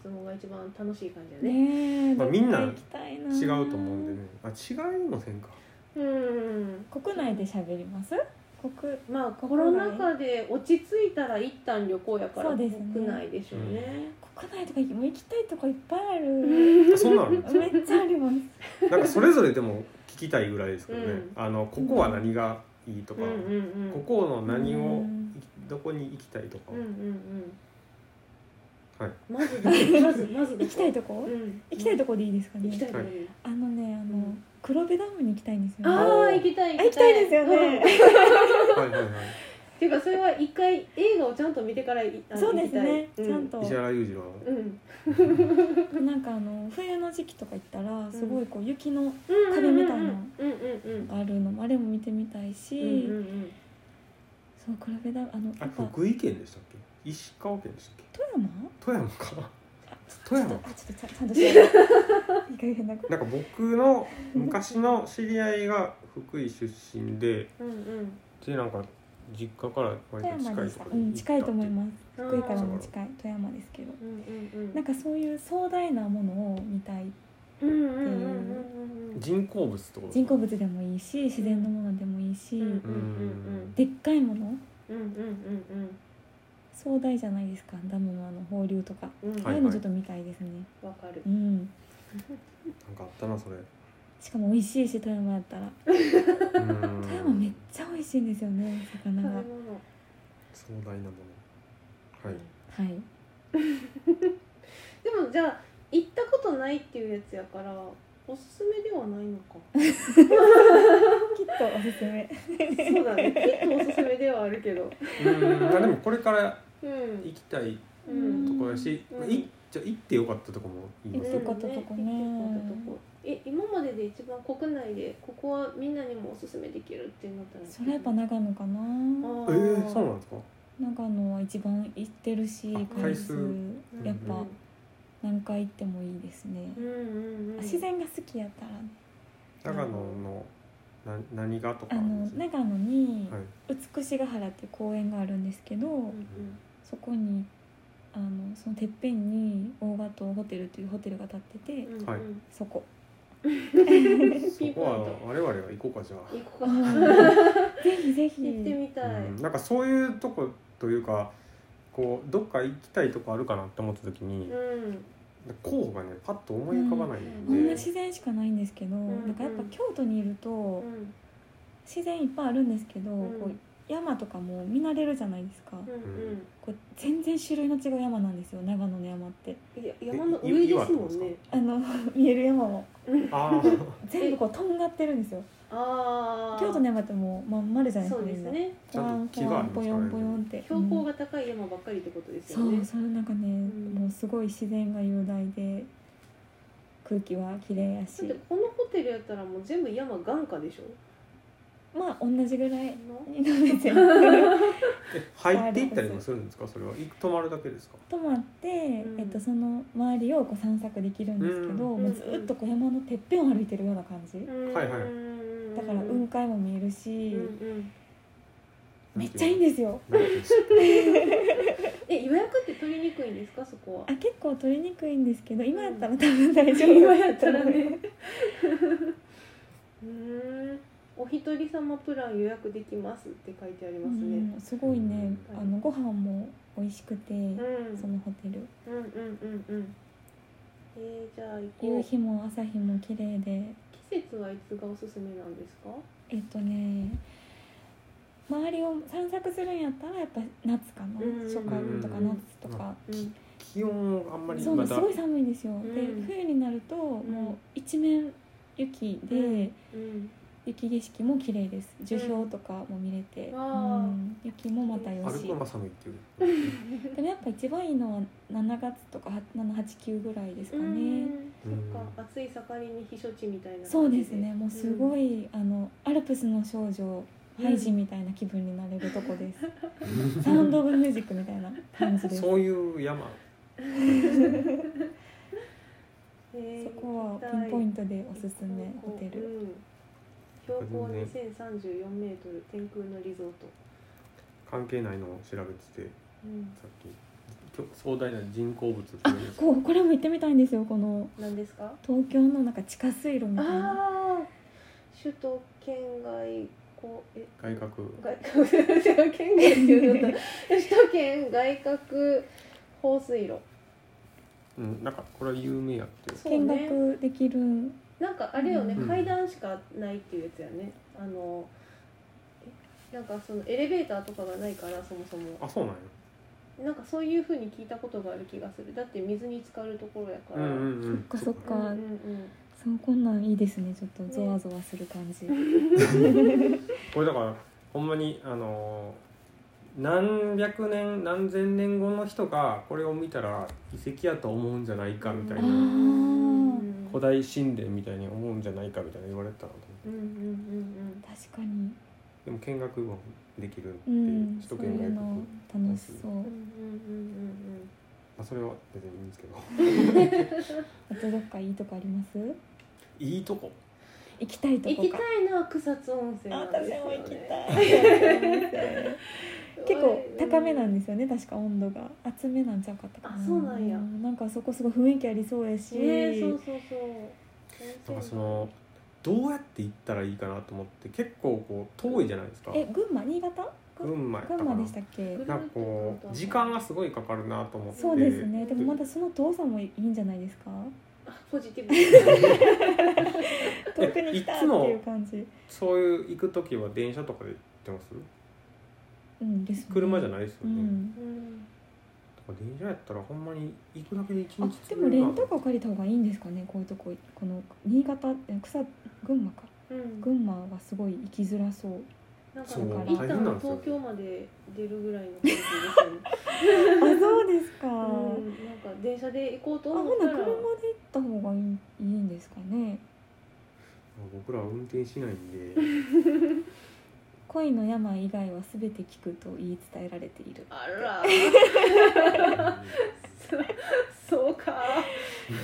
Speaker 1: 質問が一番楽しい感じだね。
Speaker 3: ねえ。
Speaker 4: まあみんな
Speaker 3: どっか行きたいな
Speaker 4: 違うと思うんでねあ違いませんか
Speaker 1: うん。
Speaker 3: 国内で喋ります？国
Speaker 1: まあコロナ禍で落ち着いたら一旦旅行やから
Speaker 3: そうですね
Speaker 1: 国内でしょうね。
Speaker 3: 国内とかもう行きたいとこいっぱいある。
Speaker 4: あそんなのあるんですか
Speaker 3: めっちゃあります。
Speaker 4: なんかそれぞれでも聞きたいぐらいですけどね、
Speaker 1: うん
Speaker 4: あのここは何がいいと
Speaker 1: う
Speaker 4: か、
Speaker 1: んうんうん。
Speaker 4: ここの何
Speaker 3: う
Speaker 4: を
Speaker 3: ん
Speaker 4: どこに行きたいとか
Speaker 1: うんうん
Speaker 4: は、はい
Speaker 1: うん、マジでまずまず
Speaker 3: 行きたい
Speaker 1: と
Speaker 3: とこ、
Speaker 1: うん
Speaker 3: 行きたいとこでいいですかね
Speaker 1: 行きたいとこ
Speaker 4: は
Speaker 3: あのねあの黒部ダムに行きたいんですよね
Speaker 1: ああ行きたい
Speaker 3: あ行きたいですよ
Speaker 1: うん
Speaker 3: ね、
Speaker 4: はいはいはい
Speaker 1: っていうかそれは一回映画をちゃんと見てからいあの
Speaker 3: そうですね、
Speaker 1: 行きたい
Speaker 3: ちゃんと
Speaker 4: 石原裕次郎
Speaker 1: うん、うん
Speaker 3: なんかあの冬の時期とか行ったらすごいこう雪の
Speaker 1: うん
Speaker 3: 壁みたいな
Speaker 1: うんうんうん
Speaker 3: あるのもあれも見てみたいし、
Speaker 1: うんうんうん
Speaker 3: そう黒部ダムあのや
Speaker 4: あ
Speaker 3: っぱ富
Speaker 4: 福井県でしたっけ石川県でしたっけ
Speaker 3: 山
Speaker 4: 富山か
Speaker 3: ちょ
Speaker 4: 富
Speaker 3: っ
Speaker 4: 山
Speaker 3: と
Speaker 4: か
Speaker 3: あちょっとちゃちゃんとしていい加減な
Speaker 4: なんか僕の昔の知り合いが福井出身で
Speaker 1: うん
Speaker 4: でなんか実家から割
Speaker 3: 富
Speaker 4: と
Speaker 3: 山
Speaker 4: 近い
Speaker 3: で
Speaker 4: と
Speaker 3: し
Speaker 4: こ
Speaker 3: た、
Speaker 4: ろ
Speaker 3: う
Speaker 4: に行
Speaker 3: ん、
Speaker 4: った
Speaker 3: 近いと思い
Speaker 4: す
Speaker 3: ます
Speaker 1: うん
Speaker 3: 福井から
Speaker 1: う
Speaker 3: も近い富山ですけど
Speaker 1: んうん
Speaker 3: なんかそういう壮大なものを見たい
Speaker 1: うんうんうんうんうんうん
Speaker 4: 人工物ってこと
Speaker 3: 人工物でもいいし自然のものでもいいし、
Speaker 1: うん
Speaker 3: でっかいもの
Speaker 1: うんうんうん
Speaker 3: 壮大じゃないですかダムのあの放流とか、
Speaker 1: うんうん
Speaker 3: ああいうのちょっと見たいですね、
Speaker 1: わかる
Speaker 3: うん
Speaker 4: なんかあったな それ
Speaker 3: しかも美味しいし富山だったら
Speaker 4: うん
Speaker 3: 富山めっちゃ美味しいんですよね魚
Speaker 1: 食べ
Speaker 3: が
Speaker 1: 物
Speaker 4: 壮大なものはい
Speaker 3: はい
Speaker 1: でもじゃあ行ったことないっていうやつやからおすすめではないのか
Speaker 3: きっとおすすめ
Speaker 1: そうだねきっとおすすめではあるけど
Speaker 4: うんまあでもこれから
Speaker 1: うん
Speaker 4: 行きたい
Speaker 1: うん
Speaker 4: とこやし、
Speaker 1: うん
Speaker 4: いじゃあ行ってよかったとこも言います
Speaker 3: 行ってよかったとこね
Speaker 1: うん行ってよかったとこえ今までで一番国内でここはみんなにもおすすめできるってなったら
Speaker 3: それやっぱ長野かな
Speaker 1: あ
Speaker 4: ええ
Speaker 1: ー
Speaker 4: そうなんですか
Speaker 3: 長野は一番行ってるし
Speaker 4: あ
Speaker 3: 回数
Speaker 4: 回
Speaker 1: うん
Speaker 3: やっぱ何回行ってもいいですね、
Speaker 1: うんうんうん
Speaker 3: 自然が好きやったらね
Speaker 4: 長野のな何がとか
Speaker 3: あ
Speaker 4: あるん
Speaker 3: の
Speaker 4: ですね
Speaker 3: 長野に
Speaker 4: はい
Speaker 3: 美しが原っていう公園があるんですけど、
Speaker 1: うん
Speaker 3: そこにあのそのてっぺんに大和ホテルというホテルが建ってて、
Speaker 1: うんうん
Speaker 4: はい
Speaker 1: うん
Speaker 3: そこ
Speaker 4: そこは我々は行こうかじゃあ
Speaker 1: 行こ
Speaker 3: あ
Speaker 1: うか行
Speaker 3: ーぜひぜひ
Speaker 1: ってみたい、
Speaker 4: うん、なんかそういうとこというかこうどっか行きたいとこあるかなって思った時に、
Speaker 1: うん
Speaker 4: 候補がねパッと思い浮かばないん
Speaker 3: こん
Speaker 4: で、
Speaker 3: な自然しかないんですけど、
Speaker 1: ん
Speaker 3: なんかやっぱ京都にいると、
Speaker 1: うん
Speaker 3: 自然いっぱいあるんですけど、
Speaker 1: うん
Speaker 3: こう山とかも見慣れるじゃないですか、
Speaker 1: うん
Speaker 3: こう全然種類の違う山なんですよ長野の山って
Speaker 1: うんいや山の上ですもんね
Speaker 3: あの 見える山も
Speaker 4: ああ ー
Speaker 3: 全部こうとんがってるんですよ
Speaker 1: ああ
Speaker 3: 京都の山ってもうまん丸じゃないで
Speaker 1: そ
Speaker 3: すか
Speaker 1: うですね
Speaker 4: ちゃんと木
Speaker 3: ポ
Speaker 4: があ
Speaker 3: ヨ
Speaker 4: り
Speaker 3: ンポ
Speaker 4: ます
Speaker 3: ヨ
Speaker 4: か
Speaker 3: ンポヨン
Speaker 4: らね
Speaker 3: って
Speaker 1: 標高が高い山ばっかりってことですよ
Speaker 3: そ
Speaker 1: ね
Speaker 3: うそれなんかね、
Speaker 1: ん
Speaker 3: もうすごい自然が雄大で空気は綺麗やし
Speaker 1: だってこのホテルやったらもう全部山眼下でしょ
Speaker 3: まあ同じぐ らい
Speaker 1: な
Speaker 3: の目
Speaker 4: え
Speaker 3: 線
Speaker 4: 入っていったりもするんですかそれは行く泊まるだけですか
Speaker 3: 泊まって、
Speaker 1: うん
Speaker 3: えっと、その周りをこう散策できるんですけど、
Speaker 1: うん
Speaker 3: もうずっとこう山のてっぺんを歩いてるような感じ、
Speaker 4: はいはい
Speaker 1: い
Speaker 3: だから雲海も見えるし、
Speaker 1: うん
Speaker 3: めっちゃいいんですよ
Speaker 4: なんていうんですか
Speaker 1: え予約って取りにくいんですかそこは
Speaker 3: あ結構取りにくいんですけど今やったら多分大丈夫。
Speaker 1: 今やったらねうーん。お一人様プラン予約できますって書いてあり
Speaker 3: う
Speaker 1: ますね。
Speaker 3: んすごいね
Speaker 1: はい
Speaker 3: あのご飯も美味しくて、
Speaker 1: うん。うん
Speaker 3: そのホテル
Speaker 1: うんうんうん。えー、じゃあ行こ
Speaker 3: 夕
Speaker 1: う。
Speaker 3: 日も朝日も綺麗で
Speaker 1: 季節はいつがおすすめなんですか？
Speaker 3: えっとね周りを散策するんやったらやっぱ夏かな、
Speaker 1: うん
Speaker 3: 初夏とか夏とか、
Speaker 1: うん。
Speaker 4: 気温あんまり
Speaker 3: そう
Speaker 4: ま
Speaker 3: ねす
Speaker 4: だ
Speaker 3: ごい寒いんですよ、
Speaker 1: ん
Speaker 3: で冬になるともう一面雪で、
Speaker 1: うんうん。
Speaker 3: 雪景色も綺麗です樹氷とかも見れて、
Speaker 1: うんわあ
Speaker 3: うん雪もまたよ
Speaker 4: 歩
Speaker 3: し
Speaker 4: くのが寒いっていう
Speaker 3: でもやっぱ一番いいのは7月とか789ぐらいですか
Speaker 1: う
Speaker 3: ね、
Speaker 1: ん。そ
Speaker 4: うん
Speaker 1: っか。暑い盛りに避暑地みたいな。
Speaker 3: そうですねもうすご
Speaker 1: い。
Speaker 3: い、あのアルプスの少女
Speaker 1: うん
Speaker 3: ハイジみたいな気分になれるとこです、サウンド・オブ・ミュージックみたいな感じですそ
Speaker 4: そういう山
Speaker 1: えー
Speaker 3: こはピンポイントでおすすめ
Speaker 1: 行
Speaker 3: ホ
Speaker 1: きたい
Speaker 3: テル
Speaker 1: うん標高2034メートル天空のリゾート。
Speaker 4: 関係ないのを調べてて
Speaker 1: うん。
Speaker 4: さっききょ壮大な人工物っていうんですか
Speaker 3: こうこれも行ってみたいんですよこの
Speaker 1: 何ですか？
Speaker 3: 東京のなんか地下水路みたいな
Speaker 1: ああ首都圏外こえ
Speaker 4: 外郭
Speaker 1: 外 首都圏 外って言うのと首都圏外郭放水路
Speaker 4: うんなんかこれは有名やって
Speaker 1: そう
Speaker 3: 見
Speaker 1: ね
Speaker 3: 学できるん
Speaker 1: なんかあれよね、
Speaker 4: うん
Speaker 1: 階段しかないっていうやつやねあのえなんかそのエレベーターとかがないからそもそも
Speaker 4: あそうなんや
Speaker 1: なんかそういうふうに聞いたことがある気がするだって水に浸かるところやか
Speaker 4: う
Speaker 1: ら、
Speaker 4: ん
Speaker 1: うん
Speaker 4: うんうん
Speaker 3: そっかそっ
Speaker 1: う
Speaker 3: か
Speaker 1: んうん、
Speaker 3: そうこんなんいいですねちょっとゾワゾワする感じ、
Speaker 4: これだからほんまにあのー何百年何千年後の人がこれを見たら遺跡やと思うんじゃないかみたい
Speaker 3: あ
Speaker 4: な
Speaker 1: うん
Speaker 4: 古代神殿みたいに思うんじゃないかみたいな言われてたのと思っ
Speaker 1: う
Speaker 4: て
Speaker 1: んうんうん
Speaker 3: 確かに
Speaker 4: でも見学もできるって
Speaker 3: う
Speaker 4: いうん首
Speaker 3: そ
Speaker 4: 都
Speaker 3: う
Speaker 4: 圏外
Speaker 3: いう
Speaker 4: 国
Speaker 3: の楽しそう
Speaker 1: うんうんうん
Speaker 4: あそれは別にいいんですけど
Speaker 3: あとどっかいいとこあります
Speaker 4: いいとこ
Speaker 3: 行きたい
Speaker 1: うん
Speaker 3: と
Speaker 1: 行
Speaker 3: こ
Speaker 1: き
Speaker 3: か
Speaker 1: たいのは草津温泉なんですよ、ね、
Speaker 3: い 結構高めな
Speaker 1: で
Speaker 3: んですよね確か温度が熱めなんちゃうかったかな
Speaker 1: あそうなんや
Speaker 3: なんかそこすごい雰囲気ありそうやし、
Speaker 1: ねえそうそうそう
Speaker 4: なんかそのどうやって行ったらいいかなと思って結構こう遠いじゃないですか
Speaker 3: え群馬新潟
Speaker 4: 群馬やった
Speaker 3: 群
Speaker 4: か
Speaker 3: 馬
Speaker 4: な
Speaker 3: でしたっけ
Speaker 1: 群馬
Speaker 4: なんかこう時間がすごいかかるなと思って
Speaker 3: そうですね、
Speaker 1: で
Speaker 3: でもまだその遠さもいいんじゃないですか
Speaker 1: あポジティブ ですね
Speaker 3: 遠くに来たっていう感じ
Speaker 4: そういう行く時は電車とかで行ってます
Speaker 3: うんですね
Speaker 4: 車じゃ
Speaker 3: い
Speaker 4: ないですよ
Speaker 3: う
Speaker 4: ね、
Speaker 3: ん
Speaker 1: うん
Speaker 4: だから電車やったらほんまに行くだけで一
Speaker 3: あ
Speaker 4: 日
Speaker 3: でもレン
Speaker 4: と
Speaker 3: タカ
Speaker 4: か
Speaker 3: ー借りた方がいいんですかねこういうとここの新潟え草群馬か
Speaker 1: うん
Speaker 3: 群馬はすごい行きづら そう
Speaker 1: なんか
Speaker 4: そう
Speaker 1: 一旦
Speaker 4: 大変なんですよ
Speaker 1: 東京まで出るぐらいの感じですよね
Speaker 3: あそうですか、
Speaker 1: う
Speaker 3: あ
Speaker 1: ん、なんか電車で行こうと思
Speaker 3: ほ
Speaker 1: った
Speaker 3: な
Speaker 1: ら
Speaker 3: 車で行った方がいいいいんですかね
Speaker 4: 僕らは運転しないんで
Speaker 3: 恋の病以外は全て聞くと言い伝えられている
Speaker 1: あら そそうか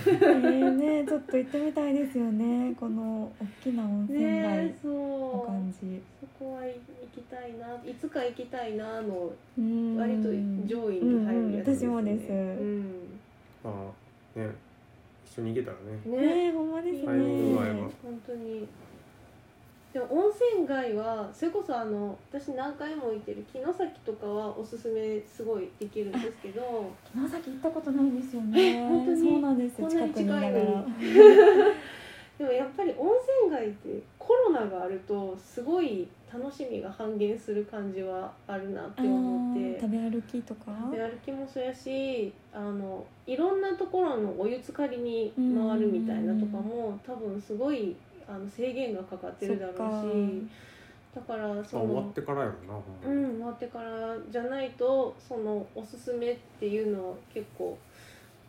Speaker 3: えーね ちょっと行ってみたいですよねこの大きな温泉
Speaker 1: ねえ
Speaker 3: 街
Speaker 1: そう
Speaker 3: の感じ、
Speaker 1: そこは行きたいないつか行きたいなの
Speaker 3: うん
Speaker 1: 割と上位に入るやつです、ね
Speaker 3: うんうん私もです
Speaker 1: うん
Speaker 4: まあね一緒に行けたらね
Speaker 1: ね
Speaker 3: ねえほんまです
Speaker 4: タイミング
Speaker 3: ね
Speaker 4: 合えば
Speaker 1: 本当にでも温泉街はそれこそあの私何回も行ってる城崎とかはおすすめすごいできるんですけど
Speaker 3: 城崎行ったことないんですよね
Speaker 1: 本当に
Speaker 3: そうなんです
Speaker 1: こんな
Speaker 3: 近
Speaker 1: に
Speaker 3: くにいなが
Speaker 1: 近い
Speaker 3: ら
Speaker 1: のにでもやっぱり温泉街ってコロナがあるとすごい楽しみが半減する感じはあるなって
Speaker 3: あ
Speaker 1: 思って
Speaker 3: ー食べ歩きとか
Speaker 1: で歩きもそうやしあのいろんなところのお湯つかりに回るみたいなとかも多分すごいあの制限がかかってるだろうしだから
Speaker 4: あ
Speaker 1: そ
Speaker 4: 終わっ
Speaker 1: の
Speaker 4: てからやろなほ
Speaker 1: うん
Speaker 4: まに、
Speaker 1: ん終わってからじゃないとそのおすすめっていうのは結構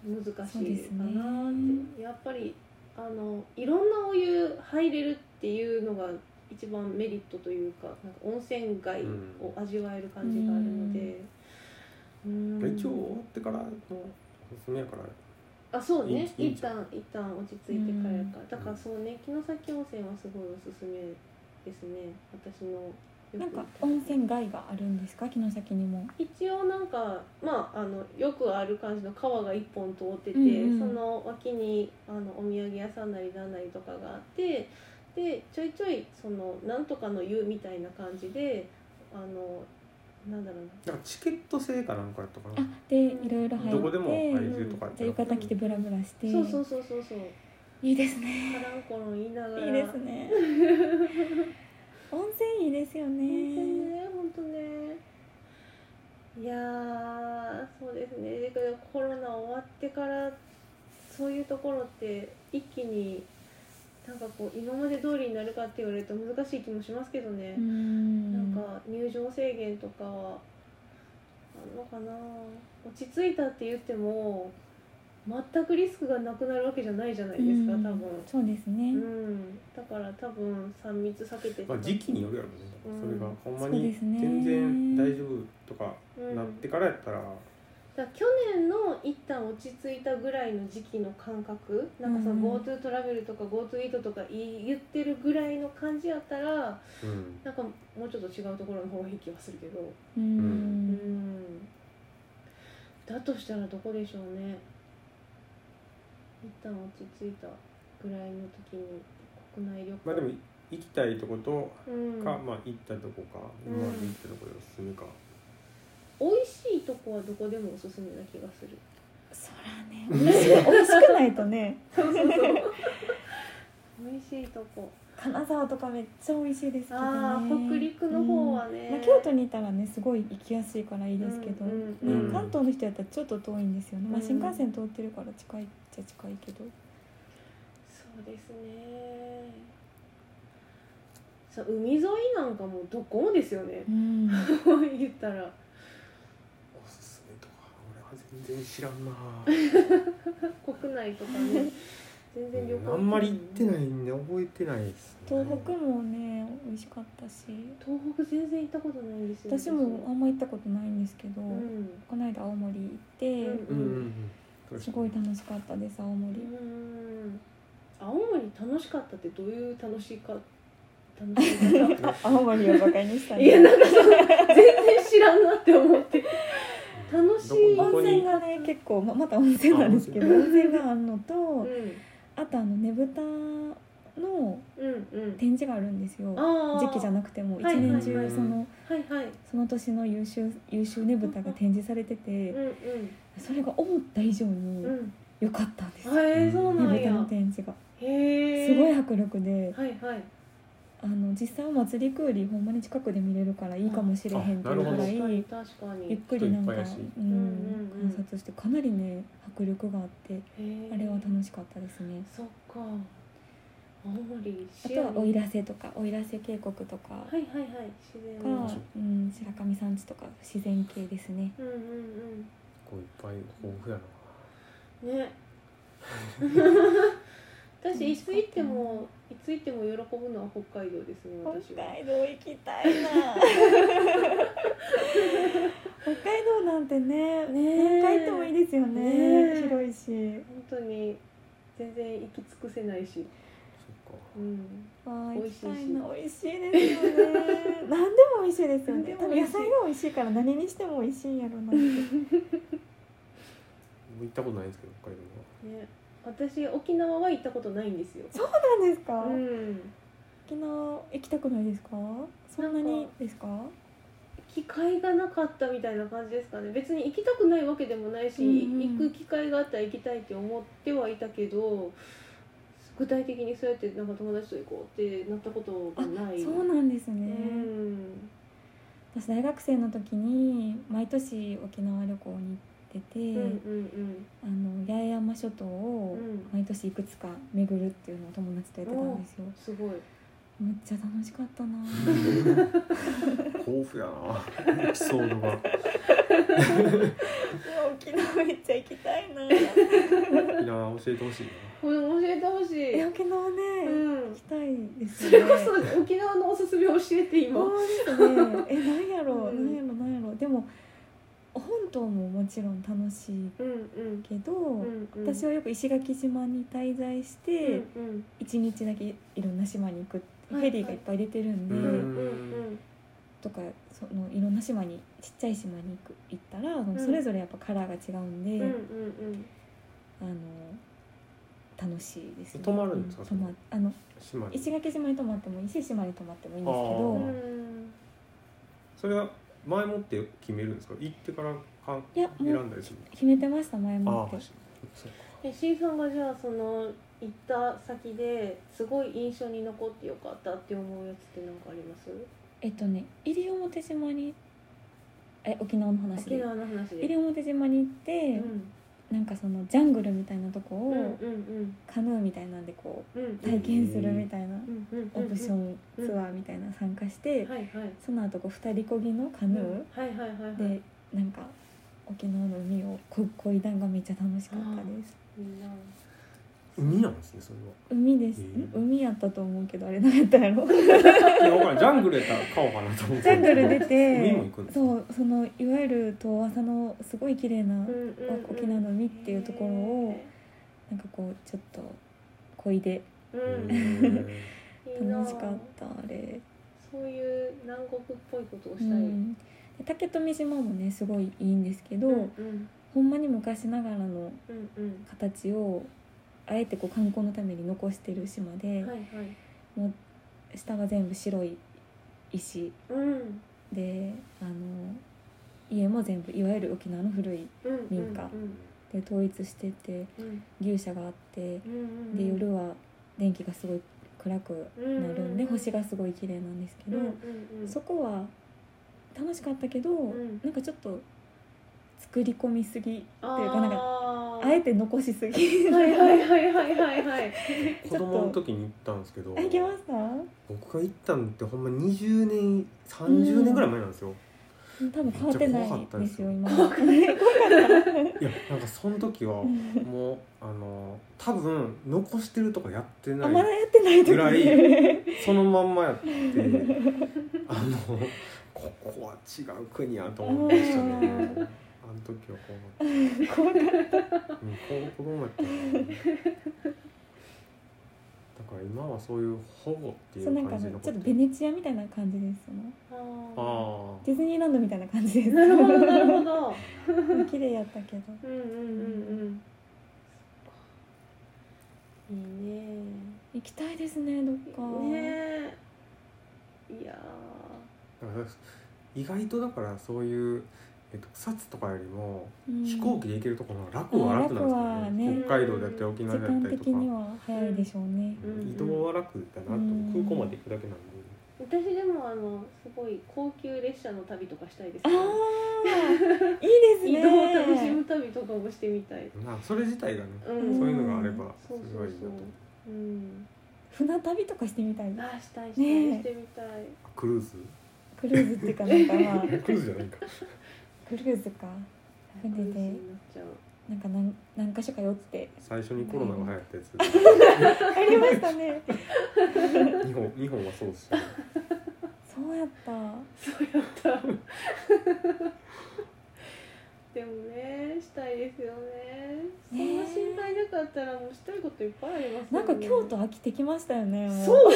Speaker 1: 難
Speaker 3: そ
Speaker 1: し
Speaker 3: う
Speaker 1: い
Speaker 3: で
Speaker 1: か
Speaker 3: す
Speaker 1: な
Speaker 3: ね
Speaker 1: やっぱりあのいろんなお湯入れるっていうのが一番メリットというかなんか温泉街を味わえる感じがあるので、うん
Speaker 4: 一応終わってからのおすすめやから
Speaker 1: あそう
Speaker 4: いいん
Speaker 1: ね
Speaker 4: いいん
Speaker 1: 一
Speaker 4: ちゃ
Speaker 1: 旦一旦落ち着いてからやから
Speaker 4: ん
Speaker 1: だからそうね城崎温泉はすごいおすすめですね私のよく
Speaker 3: なんか温泉街があるんですか城崎にも
Speaker 1: 一応なんかまああのよくある感じの川が一本通ってて、
Speaker 3: うんう
Speaker 1: そ
Speaker 3: ん
Speaker 1: の脇にあのお土産屋さんなりなんなりとかがあってでちょいちょいそのなんとかの湯みたいな感じであのなんだろうな
Speaker 4: なんかチケット制かなんかやったか
Speaker 3: あ
Speaker 4: な
Speaker 3: でいろいろ入って
Speaker 4: どこでも入れ
Speaker 1: る
Speaker 4: るとかやっ
Speaker 3: じ
Speaker 4: た
Speaker 3: ゃあ
Speaker 4: ら
Speaker 3: 浴衣着てブラブラして
Speaker 1: そうそうそうそうそう
Speaker 3: いいですね
Speaker 1: カランコロン言いながら
Speaker 3: いいですね温泉いいですよ
Speaker 1: 本当
Speaker 3: ね
Speaker 1: ね本当ねいやーそうですねだけどコロナ終わってからそういうところって一気になんかこう今まで通りになるかって言われると難しい気もしますけどね
Speaker 3: う、ん
Speaker 1: なんか入場制限とかはあるのかな落ち着いたって言っても全くリスクがなくなるわけじゃないじゃないですか、
Speaker 3: うん
Speaker 1: 多分
Speaker 3: そうです
Speaker 1: う
Speaker 3: ね、
Speaker 1: んだから多分3密避けて
Speaker 4: まあ、時期によるやろね、
Speaker 1: うん
Speaker 4: それがほんま
Speaker 3: そう
Speaker 4: に
Speaker 3: ですね
Speaker 4: 全然大丈夫とか
Speaker 1: うん
Speaker 4: なってからやったら、
Speaker 1: だから去年の一旦落ち着いたぐらいの時期の感覚なんかそ
Speaker 3: うんう
Speaker 1: の
Speaker 3: ん
Speaker 1: GoTo トラベルとか GoTo イートとか言い言ってるぐらいの感じやったら
Speaker 4: うん
Speaker 1: なんかもうちょっと違うところの方がいい気はするけど
Speaker 3: う
Speaker 1: うんんだとしたらどこでしょうね一旦落ち着いたぐらいの時に国内旅行
Speaker 4: まあでも行きたいとこと
Speaker 1: うん、
Speaker 4: か、まあ行ったとこか、
Speaker 1: うん
Speaker 4: 今まで行ったとこでおすすめか、
Speaker 1: 美味しいとこはどこでもおすすめな気がする
Speaker 3: そらね美味しく美味しくないとね
Speaker 1: そうそうそう美味しいとこ
Speaker 3: 金沢とかめっちゃ美味しいですけどね
Speaker 1: あー北陸の方はね
Speaker 3: うんまあ、京都にいたらねすごい行きやすいからいいですけど、
Speaker 1: うん
Speaker 2: うんうん
Speaker 3: ね、関東の人やったらちょっと遠いんですよね、まあ、
Speaker 1: うん
Speaker 3: 新幹線通ってるから近いっちゃ近いけど、
Speaker 1: そうですねそう海沿いなんかもうどこもですよね
Speaker 3: うん、
Speaker 1: 言ったら
Speaker 4: おすすめとか俺は全然知ら んな
Speaker 1: 国内とかね全然旅行
Speaker 4: あんまり行ってないんで覚えてないです、ね、
Speaker 3: 東北もね美味しかったし
Speaker 1: 東北全然行ったことないんですよ
Speaker 3: 私もあんま行ったことないんですけど、
Speaker 1: うん
Speaker 3: この間青森行って、
Speaker 1: うん
Speaker 4: うんうんうん
Speaker 3: すごい楽しかったです青
Speaker 1: う
Speaker 3: 森、
Speaker 1: ん青森楽しかったってどういう楽しいか楽しい か
Speaker 3: あ青森をバカにした
Speaker 1: いや
Speaker 3: ね
Speaker 1: なんかその全然知らんなって思って楽しい
Speaker 4: どこ
Speaker 3: 温泉がね結構ままた温泉なんですけど
Speaker 4: あ温
Speaker 3: 温泉があるのと、
Speaker 1: う
Speaker 3: あとあのねぶたの
Speaker 1: んうんうん
Speaker 3: 展示があるんですよ
Speaker 1: ああ
Speaker 3: 時期じゃなくても一
Speaker 1: はいはい
Speaker 3: 年中
Speaker 4: はい
Speaker 3: その
Speaker 1: はいはい
Speaker 3: その年の優秀優秀ねぶたが展示されてて
Speaker 1: うん
Speaker 3: それが思った以上
Speaker 1: う
Speaker 3: に
Speaker 1: んうん
Speaker 3: 良かったんですよね
Speaker 1: へえそうな
Speaker 3: ぶ
Speaker 1: ん
Speaker 3: たの
Speaker 1: や
Speaker 3: 展示が
Speaker 1: へえ
Speaker 3: すごい迫力で
Speaker 1: はいはい
Speaker 3: あの実際お祭りくうりほんまに近くで見れるからいいかもしれへんっていう
Speaker 4: あ
Speaker 3: ぐ
Speaker 4: な
Speaker 3: ら
Speaker 1: 確かに
Speaker 3: い
Speaker 1: 確か
Speaker 3: ゆっ
Speaker 1: に
Speaker 3: くりなん
Speaker 4: 人
Speaker 3: か
Speaker 4: いっぱいやし
Speaker 3: う
Speaker 1: うんんうんうん
Speaker 3: 観察してかなりね迫力があって
Speaker 1: へえ
Speaker 3: あれは楽しかったですね
Speaker 1: そっか青森
Speaker 3: あ
Speaker 1: 視
Speaker 3: と
Speaker 1: 野
Speaker 3: は
Speaker 1: に
Speaker 3: 奥入瀬とか奥入瀬渓谷とか
Speaker 1: はいはいはい自然
Speaker 3: が、
Speaker 1: の
Speaker 3: うん、白神山地とか自然系ですね。
Speaker 1: うんうん
Speaker 4: こういっぱい豊富やな
Speaker 1: うん ね私いつ行ってもいつ行っても喜ぶのは北海道ですね私は
Speaker 3: 道行きたい な。北海道なんてね、
Speaker 1: ねえ
Speaker 3: 何回行ってもいいですよね。
Speaker 1: ねえ
Speaker 3: 広いし。
Speaker 1: 本当に全然行き尽くせないし、
Speaker 4: そっか
Speaker 1: うん、
Speaker 3: ああ、
Speaker 1: 美
Speaker 3: 行
Speaker 1: 味
Speaker 3: き
Speaker 1: しいした
Speaker 3: いな。美味しいです よね。何でも美味しいですよね。多
Speaker 1: 何でも
Speaker 3: 分
Speaker 1: 美
Speaker 3: 野
Speaker 1: 味しい
Speaker 3: 菜が美味しいから、何にしても美味しいんやろうなって。
Speaker 4: 僕行ったことないんですけど北海道は
Speaker 1: ね私沖縄は行ったことないんですよ
Speaker 3: そうなんですか。
Speaker 1: うん
Speaker 3: 沖縄行きたくないですか。そんな
Speaker 1: なん
Speaker 3: に
Speaker 1: か
Speaker 3: ですか。
Speaker 1: 機会がなかったみたいな感じですかね別に行きたくないわけでもないし、
Speaker 3: うんうん
Speaker 1: 行く機会があったら行きたいって思ってはいたけど具体的にそうやってなんか友達と行こうってなったことがない
Speaker 3: そうなんです
Speaker 1: う
Speaker 3: ね。
Speaker 1: ん
Speaker 3: 私大学生の時に毎年沖縄旅行に行ってて、
Speaker 1: うんうん
Speaker 3: あの八重山諸島
Speaker 1: うんう
Speaker 3: を
Speaker 1: ん
Speaker 3: 毎年いくつか巡るっていうのを友達とやってたんですよ
Speaker 1: すごい
Speaker 3: むっちゃ楽しかったな
Speaker 4: 豊富やなエピ ソードが
Speaker 3: 沖縄めっちゃ行きた いない
Speaker 4: いなあ教えてほしいな
Speaker 1: これ教えてほしい、
Speaker 3: や沖縄ね、
Speaker 1: うん
Speaker 3: 行き、たいです
Speaker 1: そ
Speaker 3: ね
Speaker 1: れこそ沖縄のおすすめ教えて今、
Speaker 3: そうですね えなんやろ
Speaker 1: う
Speaker 3: うんなんやろなんやろでも本島ももちろん楽しい
Speaker 1: うんうん
Speaker 3: けど、
Speaker 1: うんうん、
Speaker 3: 私はよく石垣島に滞在して、
Speaker 1: うんうん
Speaker 3: 一日だけいろんな島に行くって
Speaker 1: はい
Speaker 3: フェリーがいっぱい出てるんで、
Speaker 4: う
Speaker 1: うん
Speaker 4: ん
Speaker 1: うん
Speaker 3: とかそのいろんな島にちっちゃい島に行く行ったら、あの
Speaker 1: うん
Speaker 3: それぞれやっぱカラーが違うんで、
Speaker 1: うんうんうん
Speaker 3: あの楽しいです、ね、
Speaker 4: 泊まるんですか
Speaker 3: う泊まあの
Speaker 4: 島に
Speaker 3: 石垣島に泊まってもいいし島に泊まってもいいんですけ
Speaker 1: う
Speaker 3: ど
Speaker 4: あ
Speaker 1: ん
Speaker 4: それは前もって決めるんですか行ってからかん
Speaker 3: いや
Speaker 4: 選
Speaker 3: もうん
Speaker 4: だりする
Speaker 3: 決めてました前
Speaker 4: あ
Speaker 3: も
Speaker 4: あ
Speaker 3: って
Speaker 4: そうか
Speaker 1: え C さんがじゃあその行った先ですごい印象に残ってよかったって思うやつって何かあります
Speaker 3: えっとね西表島にえ沖縄の話
Speaker 1: 沖
Speaker 3: で
Speaker 1: 縄の話で
Speaker 3: 西表島に行って、
Speaker 1: うん
Speaker 3: なんかそのジャングルみたいなとこ
Speaker 1: うんうん
Speaker 3: をカヌーみたいなんでこう
Speaker 1: うんうん
Speaker 3: 体験するみたい
Speaker 1: う
Speaker 3: な
Speaker 1: んうん
Speaker 3: オプショ
Speaker 1: ン
Speaker 3: ンツアーみたいな参加して、
Speaker 1: はいはい
Speaker 3: その後こう二人こぎのカヌー
Speaker 1: はいはいはいはい
Speaker 3: でなんか沖縄の海をここいだんがめっちゃ楽しかったです
Speaker 1: みんな
Speaker 4: 海なんですねそ
Speaker 3: 海です、
Speaker 4: へえ
Speaker 3: ん海やったと思うけどあれ何やったんや ろ
Speaker 4: れはいやわからんジャングルやったら買おうかなと思って
Speaker 3: ジャングル出
Speaker 4: 海
Speaker 3: て
Speaker 4: も行くんですか
Speaker 3: そうそのいわゆる遠浅のすごい綺麗な
Speaker 1: うんうんうん
Speaker 3: 沖縄の海っていうところをなんかこうちょっとこいで
Speaker 1: うん
Speaker 4: へ
Speaker 1: いいな
Speaker 3: 楽しかったあれ、
Speaker 1: そういう南国っぽいことを
Speaker 3: う
Speaker 1: したい
Speaker 3: ん、で竹富島もねすごいいいんですけど、
Speaker 1: うんうん
Speaker 3: ほんまに昔ながらの
Speaker 1: うんうん
Speaker 3: 形をあえてこう観光のために残してる島で、
Speaker 1: はいはい
Speaker 3: もう下が全部白い石
Speaker 1: うん
Speaker 3: であの家も全部いわゆる沖縄の古い
Speaker 1: うんうん
Speaker 3: 民家
Speaker 1: うん
Speaker 3: で統一してて
Speaker 1: うん
Speaker 3: 牛舎があって
Speaker 1: うんうんうん
Speaker 3: で夜は電気がすごい暗く
Speaker 1: うんうん
Speaker 3: な
Speaker 1: うん
Speaker 3: るんで星がすごい綺麗なんですけど、
Speaker 1: うんうん
Speaker 3: そこは楽しかったけど、
Speaker 1: ん
Speaker 3: なんかちょっと作り込みすぎ
Speaker 1: あ
Speaker 3: っていうかなんか
Speaker 1: か
Speaker 3: あえて残しすぎ
Speaker 1: はいはいはいはいはいはい
Speaker 4: 子供の時に行ったんですけど
Speaker 3: あ行けました
Speaker 4: 僕が行ったのってほんま20年30年ぐらい前なんですよ、
Speaker 3: 多分変わってな
Speaker 4: めっちゃ怖か
Speaker 3: い
Speaker 4: ったで
Speaker 3: ですす
Speaker 4: よ
Speaker 3: よ今
Speaker 4: いやなんかその時は
Speaker 3: うん
Speaker 4: もうあの多分残してるとかやって
Speaker 3: あ
Speaker 4: な
Speaker 3: ま
Speaker 4: い
Speaker 3: だやってない時
Speaker 4: ぐらい
Speaker 3: ね
Speaker 4: そのまんまやって あのここは違う国やと思いましたね
Speaker 3: うん
Speaker 4: あの時はこうなったうんこう子供やったなだから今はそういう保護ってい
Speaker 3: そうな
Speaker 4: うん
Speaker 3: か
Speaker 4: 感じ
Speaker 3: ね
Speaker 4: の
Speaker 3: ち
Speaker 4: こ
Speaker 3: ょっ
Speaker 4: と
Speaker 3: とベネチアみたいな感じですよね
Speaker 1: あ
Speaker 4: あ
Speaker 3: ディズニーランドみたいな感じ
Speaker 1: ー
Speaker 3: です
Speaker 1: なるほどなるほど
Speaker 3: 綺麗やったけど
Speaker 1: うんうんうんうんいい
Speaker 3: 行きたいですねどっか
Speaker 1: ねねえいや
Speaker 4: あだから意外とだからそういう、えっと、草津とかよりも
Speaker 3: うん
Speaker 4: 飛行機で行けるところの方が楽は楽なんですよね,、
Speaker 1: 楽はね
Speaker 4: 北海道だったり沖
Speaker 3: 時
Speaker 4: 縄だっ
Speaker 3: 間
Speaker 4: たり
Speaker 3: 的
Speaker 4: とか、
Speaker 3: には早いでしょうね
Speaker 1: うん
Speaker 4: うん移動は楽だなと、
Speaker 3: うん
Speaker 4: 空港まで行くだけなんで、
Speaker 1: ー私でもあのすごい高級列車の旅とかしたいです
Speaker 3: あ
Speaker 1: ね
Speaker 3: ー
Speaker 1: 移
Speaker 3: いいですね
Speaker 1: 動を楽しむ旅とかもしてみたい
Speaker 4: まあ、それ自体がね、
Speaker 1: うん
Speaker 4: そういうのがあればす
Speaker 1: そ
Speaker 4: ご
Speaker 1: う
Speaker 4: い
Speaker 1: そう
Speaker 4: いいな
Speaker 1: そ
Speaker 4: と
Speaker 1: ううん
Speaker 3: 船旅とかしてみたい
Speaker 1: あーしたいしたい
Speaker 3: ねえ
Speaker 1: してみたい
Speaker 4: あクルーズ
Speaker 3: クルーズっていうかなんかまあ
Speaker 4: クルーズじゃないか
Speaker 3: クル ーズか船
Speaker 1: クル
Speaker 3: で
Speaker 1: ーズになっちゃう
Speaker 3: なんか何何か所か寄って
Speaker 4: 最初にコロナが流行っ
Speaker 3: ありましたね
Speaker 4: たやつ日本日本はそうですよね
Speaker 3: そうやった
Speaker 1: そうやったでもねしたいですよねそんな
Speaker 3: ね
Speaker 1: 心配なかったらもうしたいこといっぱいあります
Speaker 3: な
Speaker 1: よ
Speaker 3: ん
Speaker 1: ね
Speaker 3: か京都飽きてきましたよねも
Speaker 1: そうそう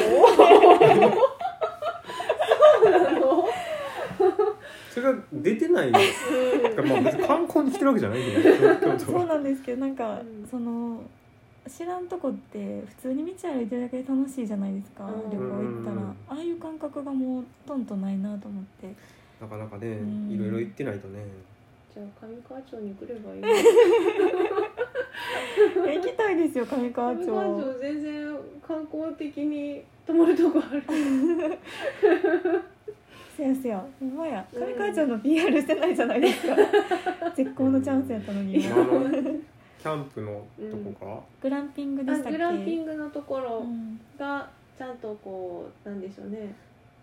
Speaker 1: なの
Speaker 4: それが出てないんですか、まあ、別に観光に来てるわけじゃないけど京都
Speaker 3: そう
Speaker 4: は
Speaker 3: なんですけどなんか、
Speaker 1: うん
Speaker 3: その知らんとこって普通に道歩いてるだけで楽しいじゃないですか、
Speaker 1: うん
Speaker 3: 旅行行ったら、
Speaker 4: うん
Speaker 3: ああいう感覚がもうほとんどないなと 思って
Speaker 4: なかなかね
Speaker 3: うん
Speaker 4: いろいろ行ってないとね
Speaker 1: じゃあ上川町に来ればいいの
Speaker 3: え行きたいですよ上川
Speaker 1: 上
Speaker 3: 町
Speaker 1: 川町全然観光的に泊まるとこある
Speaker 3: せやせやほんまや
Speaker 1: うん
Speaker 3: 上川町の PR してないじゃないで すか絶好のチャンスやったのに
Speaker 4: 今のキャンプのとこか、
Speaker 3: グランピングで
Speaker 1: あ
Speaker 3: したっけ
Speaker 1: グランピングのとこ
Speaker 3: う
Speaker 1: ろ
Speaker 3: ん
Speaker 1: がちゃんとこうなんでしょうね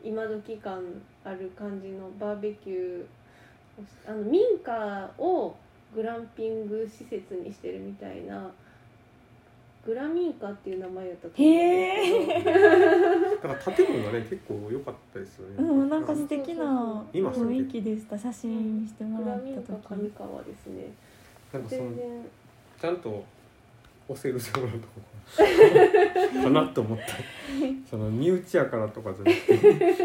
Speaker 1: 今時感ある感じのバーベキューをしあの民家をグランピング施設にしてるみたいなグラミンカっていう名前やったと思うんですけど
Speaker 4: だから建物がね結構良かったですよね、
Speaker 3: うん、なんか素敵な
Speaker 4: 今住んで
Speaker 3: 雰
Speaker 4: る
Speaker 3: 囲気でした写真見しても
Speaker 1: グ
Speaker 3: ら
Speaker 1: ラ
Speaker 3: っ
Speaker 1: ミンカ
Speaker 3: た時
Speaker 1: 上川ですね
Speaker 4: なんかその
Speaker 1: 全然
Speaker 4: ちゃんと教えるようなとこかなと思ってその身内やからとかじゃなくて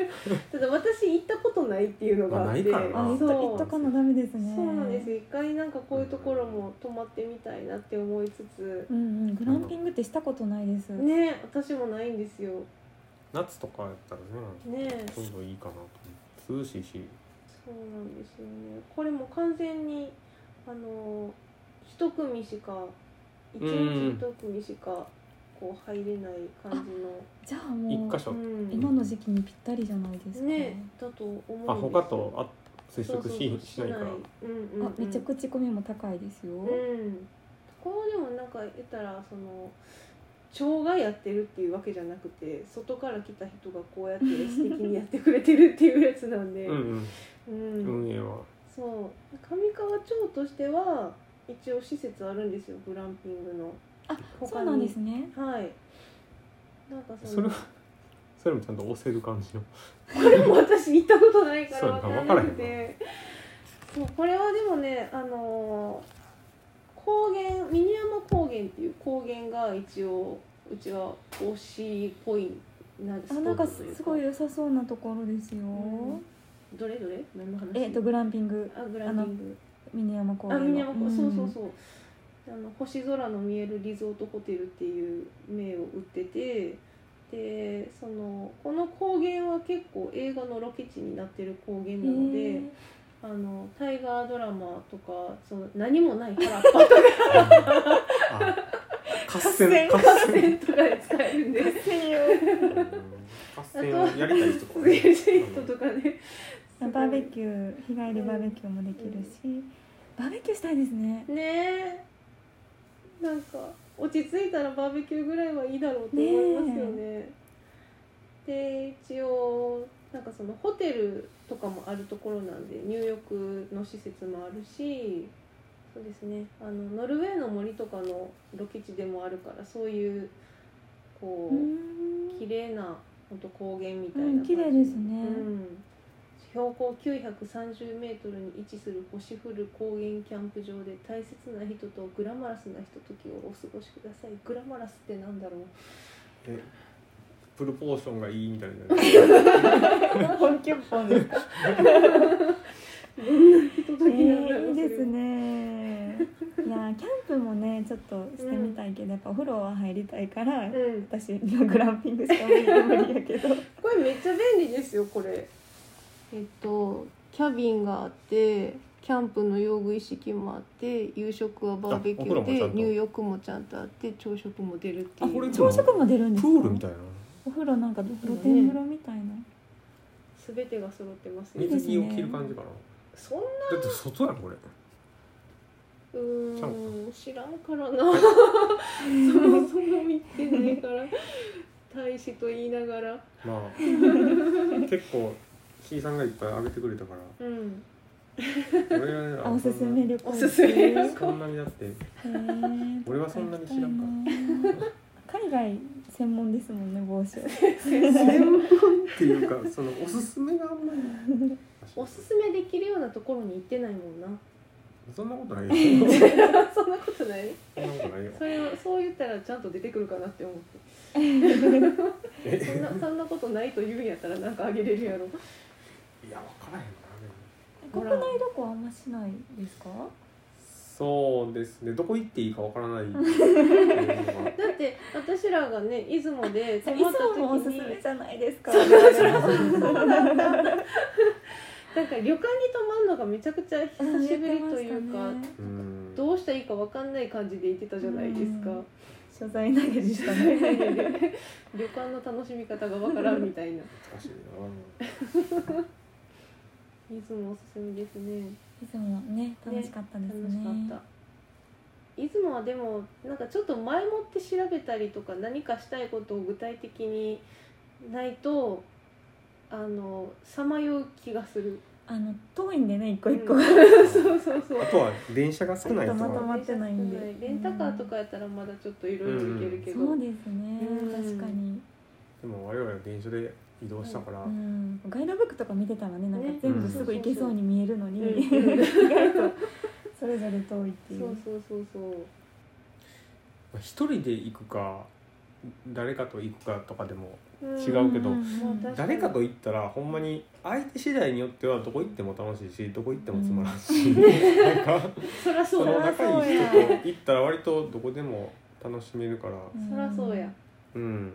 Speaker 1: ただ私行ったことないっていうのがあって
Speaker 4: あないからな
Speaker 3: あ行っ
Speaker 1: そ
Speaker 3: た
Speaker 1: う
Speaker 3: 行ったかなダメですね
Speaker 1: そうなんですよ一回なんかこういうところも泊まってみたいなって思いつつ
Speaker 3: うんうんグランピングってしたことないです、
Speaker 1: ね私もないんですよ
Speaker 4: 夏とかやったらね
Speaker 1: ねえ
Speaker 4: ちょうどいいかなと思う涼しいし
Speaker 1: そうなんですよねこれも完全にあの一組しか一日一組しかこう入れない感じの、
Speaker 3: じゃあも
Speaker 4: 一
Speaker 3: う
Speaker 4: 箇所、
Speaker 1: うん
Speaker 3: 今の時期にぴったりじゃないですか、
Speaker 1: ねだと思うんですよ
Speaker 4: あ他とあ接触し
Speaker 1: そうそうそう
Speaker 4: しないから
Speaker 1: うんうんうん
Speaker 3: あめちゃくちゃ込みも高いですよ、
Speaker 1: うんここでもなんか言ったらその町がやってるっていうわけじゃなくて外から来た人がこうやって素敵にやってくれてるっていうやつなんで、
Speaker 4: う
Speaker 1: う
Speaker 4: ん
Speaker 1: ん
Speaker 4: うん運営は
Speaker 1: そう上川町としては一応施設あるんですよグランピングの
Speaker 3: あ
Speaker 1: 他に
Speaker 3: そうなんですね
Speaker 1: はいなんかそ
Speaker 4: それ
Speaker 1: の
Speaker 4: はそれもちゃんと押せる感 じの
Speaker 1: これも私行ったことないか
Speaker 4: そう
Speaker 1: ら
Speaker 4: やな
Speaker 1: 分からなく
Speaker 4: 分からへん
Speaker 1: てそうこれはでもねあのー高原ミニヤマ高原っていう高原が一応うちは推しっぽいなス
Speaker 3: あ
Speaker 1: ポ
Speaker 3: なん
Speaker 1: ッ
Speaker 3: か
Speaker 1: ト
Speaker 3: す
Speaker 1: というか
Speaker 3: すごい良さそうなところですよ、
Speaker 1: うんどれどれ何の話
Speaker 3: えっとグランピング
Speaker 1: あグランピング
Speaker 3: ミニ山公
Speaker 1: あ
Speaker 3: 園の
Speaker 1: ミニヤマ高
Speaker 3: ん
Speaker 1: そうそうそうあの星空の見えるリゾートホテルっていう名を売っててでそのこの高原は結構映画のロケ地になってる高原なので、
Speaker 3: へー
Speaker 1: あの大河ドラマとかその何もない 原っぱとか
Speaker 4: あ合戦
Speaker 3: 合
Speaker 4: 合
Speaker 1: セ
Speaker 4: 戦
Speaker 1: ンとかで使えるんで
Speaker 3: 専用
Speaker 4: 合戦をやりたい人とか
Speaker 1: やりたい人とかね
Speaker 3: バーベキュー日帰りバーベキューもできるしバーベキューしたいですね
Speaker 1: ねえなんか落ち着いたらバーベキューぐらいはいいだろうと思いますよねで一応なんかそのホテルとかもあるところなんで入浴の施設もあるしそうですねあのノルウェーの森とかのロケ地でもあるからそういうこ
Speaker 3: う
Speaker 1: う、
Speaker 3: ん
Speaker 1: 綺麗な本当高原みたいな
Speaker 3: うん綺麗ですね
Speaker 1: うん標高930メートルに位置する星降る高原キャンプ場で大切な人とグラマラスなひとときをお過ごしくださいグラマラスってなんだろう
Speaker 4: えプロポーションがいい みたいな
Speaker 3: 本気本ですか
Speaker 1: ひとと
Speaker 3: え
Speaker 1: きなんだろ
Speaker 3: ー
Speaker 1: う、
Speaker 3: いいです
Speaker 1: それは
Speaker 3: ねいやーキャンプもねちょっとしてみたいけど、やっぱお風呂は入りたいから、
Speaker 1: うん
Speaker 3: 私のグランピングしか無理無理や けど
Speaker 1: これめっちゃ便利ですよこれえっとキャビンがあってキャンプの用具一式もあって夕食はバーベキ
Speaker 4: あお
Speaker 1: ュ
Speaker 4: 風呂もち
Speaker 1: ー
Speaker 4: ゃん
Speaker 1: で
Speaker 4: と
Speaker 1: 入浴もちゃんとあって朝食も出るっていう
Speaker 4: あこれ
Speaker 3: 朝食も出るんですか
Speaker 4: いな
Speaker 3: お風呂なんか露天風呂みたいな、
Speaker 1: 全てが揃ってますね
Speaker 4: 水着を着る感じかな
Speaker 1: そんな
Speaker 4: だって外やんこれ
Speaker 1: う
Speaker 4: ちゃう
Speaker 1: ーん知らんからなそもそも見てないから大使と言いながら
Speaker 4: まあ 結構 C さんがいっぱいあげてくれたから
Speaker 1: うん
Speaker 4: 俺らは
Speaker 3: あおすすめ旅行
Speaker 1: おすすめ
Speaker 3: へ
Speaker 1: 旅行
Speaker 4: そんなにだって
Speaker 3: ー
Speaker 4: 俺はそんなに知らんから
Speaker 3: 海外専門ですもんね帽 子
Speaker 4: っていうかそのおすすめがあんまり
Speaker 1: おすすめできるようなところに行ってないもんな
Speaker 4: そんなことないよ
Speaker 1: そんなことない
Speaker 4: そんなことないよ
Speaker 1: それをそう言ったらちゃんと出てくるかなって 思ってそんなそんなことないと言うんやったらなんかあげれる やろ
Speaker 4: いや分からへんなでも
Speaker 3: 国内旅行あんましないですか
Speaker 4: そうですねどこ行っていいか分からないうん
Speaker 1: だって私らがね出雲で
Speaker 3: い
Speaker 1: 泊
Speaker 3: つ
Speaker 1: まった
Speaker 3: もおす
Speaker 1: 時
Speaker 3: す
Speaker 1: に
Speaker 3: めじゃないですか
Speaker 1: なんか旅館に泊まるのがめちゃくちゃ久しぶりというか、
Speaker 4: うん
Speaker 1: どうしたらいいかわかんない感じで行ってたじゃないですか、
Speaker 3: うん所在投げでしたね
Speaker 1: 旅館の楽しみ方がわからんみたい な
Speaker 4: 難しいな
Speaker 1: 出雲おすすめですね
Speaker 3: いつもね楽しかったです
Speaker 1: 楽
Speaker 3: ね
Speaker 1: しかった出雲はでもなんかちょっと前もって調べたりとか何かしたいことを具体的にないとあのさまよう気がする
Speaker 3: あの遠いんでね一個一個
Speaker 1: う
Speaker 3: が、
Speaker 1: んそうそうそう
Speaker 4: あとは電車が少ないと
Speaker 3: まと
Speaker 4: か
Speaker 3: まってないんで
Speaker 1: レンタカーとかやったらまだちょっといろいろ行けるけど、
Speaker 3: そうですね、
Speaker 1: うん
Speaker 3: 確かに、
Speaker 4: でも我々は電車で移動したから、
Speaker 3: うん、ガイドブックとか見てたらねなんか
Speaker 1: ね
Speaker 3: 全部すぐ行けそうに見えるのに、
Speaker 1: うん
Speaker 3: 意外とそれぞれ遠いってい
Speaker 1: そううそうそうそう
Speaker 4: まあ一人で行くか誰かと行くかとかでも
Speaker 1: うん
Speaker 4: 違うけど
Speaker 3: んん
Speaker 1: まあ確
Speaker 4: 誰かと行ったらほんまに相手次第によってはどこ行っても楽しいしどこ行ってもつまらん し、なんか
Speaker 1: そりゃそ
Speaker 4: そうの
Speaker 1: だ
Speaker 4: 仲いい人と行ったら割とどこでも楽しめるから
Speaker 3: ん
Speaker 1: そりゃそうや
Speaker 4: うん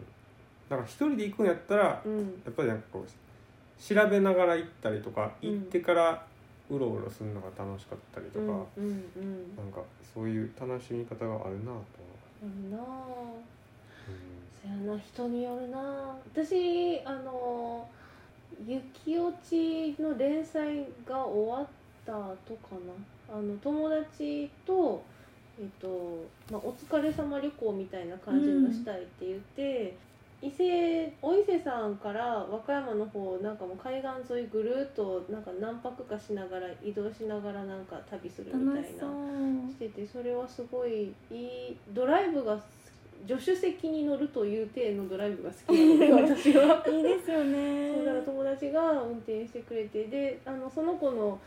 Speaker 4: だから一人で行くんやったらや
Speaker 1: うん
Speaker 4: っぱりなんかこう調べながら行ったりとか行ってからうろうろするのが楽しかったりと
Speaker 1: う
Speaker 4: か、
Speaker 1: んうんうん
Speaker 4: なんかそういう楽しみ方があるなとは、
Speaker 1: あるなあ
Speaker 4: うん
Speaker 1: そやな人によるなあ私あの雪落ちの連載が終わった後かなあの友達とえっと、まあ、お疲れ様旅行みたいな感じのしたいって言って、伊勢お伊勢さんから和歌山の方なんかもう海岸沿いぐるっとなんか何泊かしながら移動しながらなんか旅するみた
Speaker 3: 楽
Speaker 1: い
Speaker 3: しそ
Speaker 1: な
Speaker 3: う
Speaker 1: しててそれはすごいいいドライブが助手席に乗るという体のドライブが好きなので私 は。
Speaker 3: いいですよね
Speaker 1: そうだから友達が運転してくれてであのその子の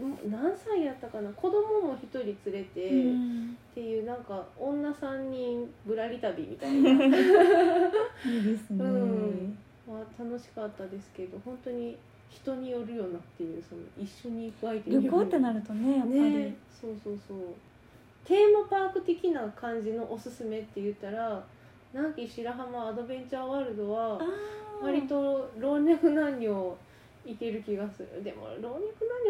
Speaker 1: ん何歳やったかな子供も一人連れて、
Speaker 3: う
Speaker 1: っ
Speaker 3: ん
Speaker 1: ていうなんか女3人ぶらり旅みたいな
Speaker 3: いいです
Speaker 1: う
Speaker 3: ね、
Speaker 1: んは楽しかったですけど本当に人によるよなっていうその一緒に行く相手によ
Speaker 3: 旅
Speaker 1: る
Speaker 3: 行ってなるとねやっぱり、
Speaker 1: ねそうそうそうテーマパーク的な感じのおすすめって言ったら南紀白浜アドベンチャーワールドは
Speaker 3: あー
Speaker 1: 割と老若男女行ける気がするでも老若男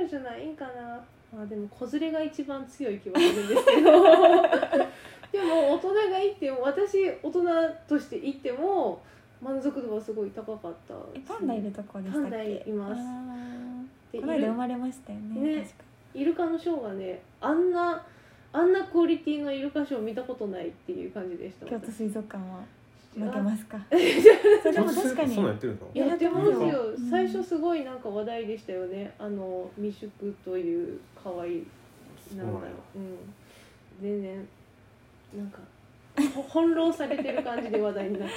Speaker 1: 女じゃ ないんかなまあでも子連れが一番強い気はするんですけどでも大人が行っても私大人として行っても満足度はすごい高かった
Speaker 3: え
Speaker 1: ですね
Speaker 3: パンダいるとこでしたっ
Speaker 1: パ
Speaker 3: け
Speaker 1: ンダいます
Speaker 3: あ
Speaker 1: で
Speaker 3: ーこの間
Speaker 1: イル
Speaker 3: 生まれましたよね
Speaker 1: ね
Speaker 3: 確か
Speaker 1: イルカのショーがねあんなあんなクオリティのイルカショー見たことないっていう感じでした
Speaker 3: 京都水族館は負けま すかそれ
Speaker 4: 京
Speaker 3: で
Speaker 4: 都
Speaker 3: も
Speaker 4: 水族
Speaker 3: 確か
Speaker 4: 館
Speaker 3: に
Speaker 4: そんなんやってるんですか
Speaker 1: いややってます
Speaker 4: やって
Speaker 1: よ、
Speaker 3: ますよ
Speaker 1: 最初すごいなんか話題でしたよねあの未宿という可愛いなんだろううん全然なんかほ翻弄されてる感じで話題になって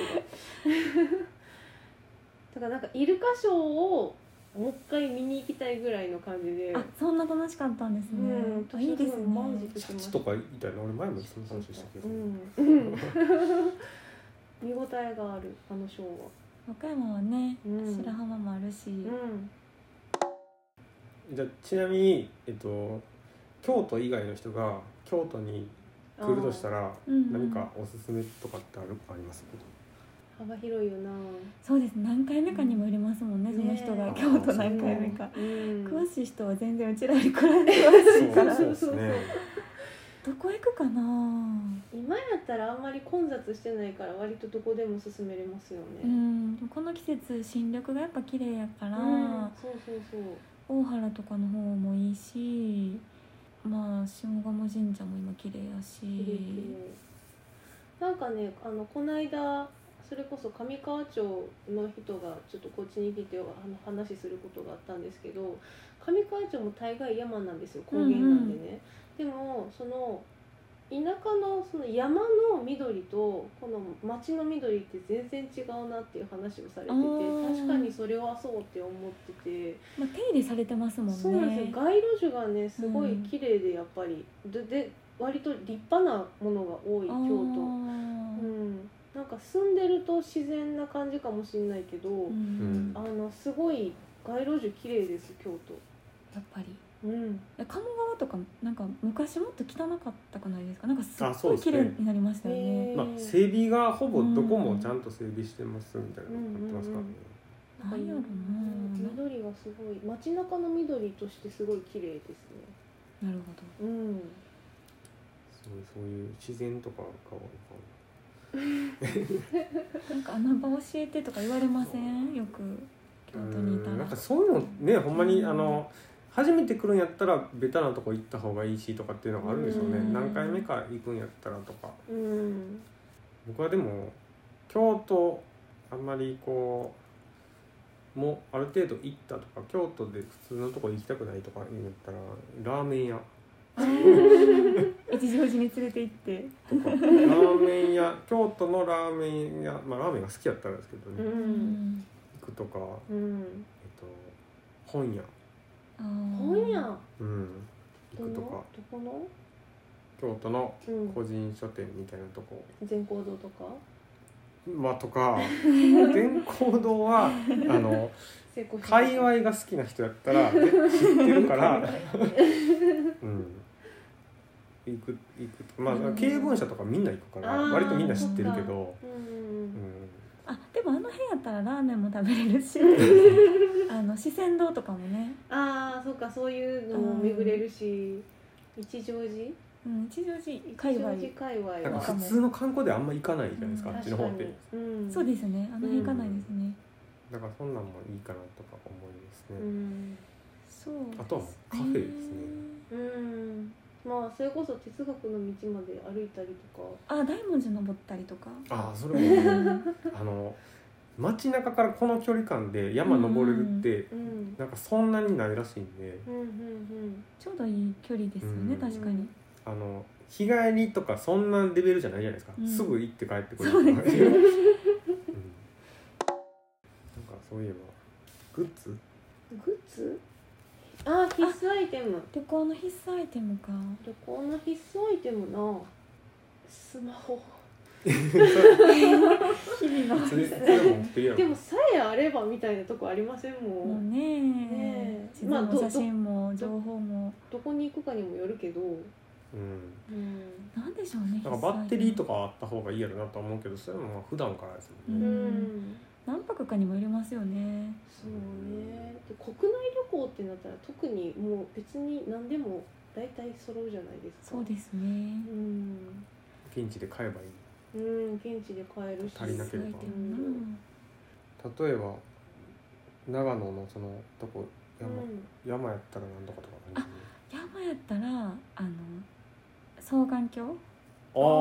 Speaker 1: た だからなんかイルカショーをもう一回見に行きたいぐらいの感じで
Speaker 3: あそんな楽しかったんですね、
Speaker 1: うん
Speaker 3: いいですね
Speaker 1: 満足し
Speaker 4: シ
Speaker 1: ま
Speaker 4: ャ
Speaker 1: し
Speaker 4: チ
Speaker 1: た
Speaker 4: とかいたよね俺前もその話したけど、
Speaker 1: うん 見応えがあるあのショーは
Speaker 3: 和歌山はね、
Speaker 1: うん
Speaker 3: 白浜もあるし、
Speaker 1: うん
Speaker 4: じゃあちなみに、えっと、京都以外の人が京都に来るとしたら
Speaker 3: うん
Speaker 4: 何かおすすめとかってあるあります
Speaker 1: あー幅広いよな
Speaker 3: そうですね何回目かにもよりますもんね、
Speaker 1: うん
Speaker 3: その人が
Speaker 1: ねえ
Speaker 3: 京都何回目か、
Speaker 1: うん
Speaker 3: 詳しい人は全然うちらより詳しいから
Speaker 1: そう
Speaker 3: ど
Speaker 1: そうそう
Speaker 3: こ行くかな、
Speaker 1: 今やったらあんまり混雑してないから割とどこでも進めれますよね。
Speaker 3: うん、でもこの季節新緑がやっぱ綺麗やから、
Speaker 1: うんそうそうそう。
Speaker 3: 大原とかの方もいいしまあ下鴨神社も今綺麗や
Speaker 1: 綺麗綺
Speaker 3: し
Speaker 1: 麗なんかねあのこの間それこそ上川町の人がちょっとこっちに来てあの話することがあったんですけど上川町も大概山なんですよ高原なんでね。でもその田舎のその山の緑とこの町の緑って全然違うなっていう話をされてて
Speaker 3: あー
Speaker 1: 確かにそれはそうって思ってて。
Speaker 3: まあ、手入れされてますもんね
Speaker 1: そうなんですよ街路樹がねすごい綺麗でやっぱり、でで割と立派なものが多い京
Speaker 3: あー
Speaker 1: 都うんなんか住んでると自然な感じかもしれないけど、
Speaker 3: うん
Speaker 1: あのすごい街路樹綺麗です京
Speaker 3: やっぱり
Speaker 1: 都うん
Speaker 3: え鴨川とかなんか昔もっと汚かったくないですかなんかすっ
Speaker 4: あそう
Speaker 3: ごい
Speaker 4: です
Speaker 3: 綺
Speaker 4: ね
Speaker 3: 麗になりましたよね
Speaker 1: へー
Speaker 4: まあ、整備がほぼどこもちゃんと整備してますみたいなのやってますからね、
Speaker 1: なんか
Speaker 3: なんやろな
Speaker 1: 緑がすごい街中の緑としてすごい綺麗ですね
Speaker 3: なる
Speaker 1: うん
Speaker 4: そうそういう自然とかが多いかも
Speaker 3: ほどなんか穴場教えてとか言われませんよく京都にいた
Speaker 4: うんな
Speaker 3: ら
Speaker 4: んかそういうのねほんまにあの初めて来るんやったらベタなとこ行った方がいいしとかっていうのがあるんでしょうね
Speaker 3: うん
Speaker 4: 何回目か行くんやったらとか
Speaker 1: うん
Speaker 4: 僕はでも京都あんまりこうもうある程度行ったとか京都で普通のとこ行きたくないとか言うんやったらラーメン屋
Speaker 3: 一乗寺に連れて行って
Speaker 4: とかラーメン屋京都のラーメン屋まあラーメンが好きやったらですけど
Speaker 1: う
Speaker 4: ね、
Speaker 1: ん
Speaker 4: 行くとか、
Speaker 1: うん
Speaker 4: えっと、本屋、
Speaker 3: あ
Speaker 1: 本屋
Speaker 3: ー
Speaker 4: うん、
Speaker 1: ど
Speaker 4: 行く
Speaker 1: の
Speaker 4: と
Speaker 1: ど
Speaker 4: か
Speaker 1: この、
Speaker 4: 京都の
Speaker 1: うん
Speaker 4: 個人書店みたいなとこ
Speaker 1: 善光堂とか
Speaker 4: まあと か善光堂はあの
Speaker 1: 成功して
Speaker 4: 界隈が好きな人やったらえ知ってるから、うん、行く行くとまあ
Speaker 3: うん
Speaker 4: 経文社とかみんな行くから
Speaker 1: あー
Speaker 4: 割とみんな知ってるけど、
Speaker 1: うん
Speaker 4: う
Speaker 1: うん
Speaker 4: ん、
Speaker 3: あでもあの辺やったらラーメンも食べれ るしあの四川堂とかもね、
Speaker 1: うん、ああそうかそういうのも巡れるし、一乗寺
Speaker 3: うん、一乗寺界
Speaker 1: 一
Speaker 3: 隈
Speaker 1: 乗寺界隈
Speaker 4: なんか
Speaker 1: は
Speaker 4: 普通の観光ではあんま行かないじゃないですか、
Speaker 3: うん
Speaker 4: あっち
Speaker 1: 確か
Speaker 4: の方って
Speaker 1: に、うん、
Speaker 3: そうですねあの辺行かないですね、
Speaker 4: だからそんなんもいいかなとか思いますね、
Speaker 1: うん、
Speaker 3: そうですね
Speaker 4: あとはもうカフェですね
Speaker 1: うん、まあそれこそ哲学の道まで歩いたりとか
Speaker 3: あ大文字登ったりとか
Speaker 4: ああそれもね あの街中からこの距離感で山登れるって、
Speaker 1: うん
Speaker 4: なんかそんなにないらしいんで
Speaker 1: うんうんうん
Speaker 3: ちょうどいい距離ですよね、
Speaker 4: うん
Speaker 3: 確かに
Speaker 4: あの日帰りとかそんなレベルじゃないじゃないですか、
Speaker 3: うん
Speaker 4: すぐ行って帰ってくる
Speaker 3: そ
Speaker 4: と
Speaker 3: うで
Speaker 4: か
Speaker 3: す
Speaker 4: う
Speaker 3: よ
Speaker 4: んなんかそういえばグッズ
Speaker 1: グッズあー必須アイテム
Speaker 3: 旅行の必須アイテムか
Speaker 1: 旅行の必須アイテムなスマホ
Speaker 3: 日々 の
Speaker 4: それそれも持ってるやろ
Speaker 1: でもさえあればみたいなとこありませんもん
Speaker 3: もうね
Speaker 1: ねえ
Speaker 3: 地図
Speaker 1: まあど
Speaker 3: も写真も情報も
Speaker 1: どこに行くかにもよるけど、
Speaker 4: うん
Speaker 1: うん、
Speaker 3: なんでしょうね
Speaker 4: なんかバッテリーと
Speaker 3: か
Speaker 4: かあった方がいいやろなとは思うけどそれもまあ普段からですもん
Speaker 1: う
Speaker 4: ね、
Speaker 1: ん
Speaker 3: 何泊かにもよりますよね
Speaker 1: そうねで国内旅行ってなったら特にもう別に何でも大体揃うじゃないですか
Speaker 3: そうですね
Speaker 1: うん
Speaker 4: ンチで買えばいい
Speaker 1: うんピンチで買えるし
Speaker 4: 足りなければ
Speaker 3: すごいけどな
Speaker 4: 例えば長野のそのとこ
Speaker 1: う
Speaker 4: 山,、
Speaker 1: ん
Speaker 4: 山やったらなんとかとかなんです
Speaker 3: 山やったらあの双眼鏡
Speaker 4: よ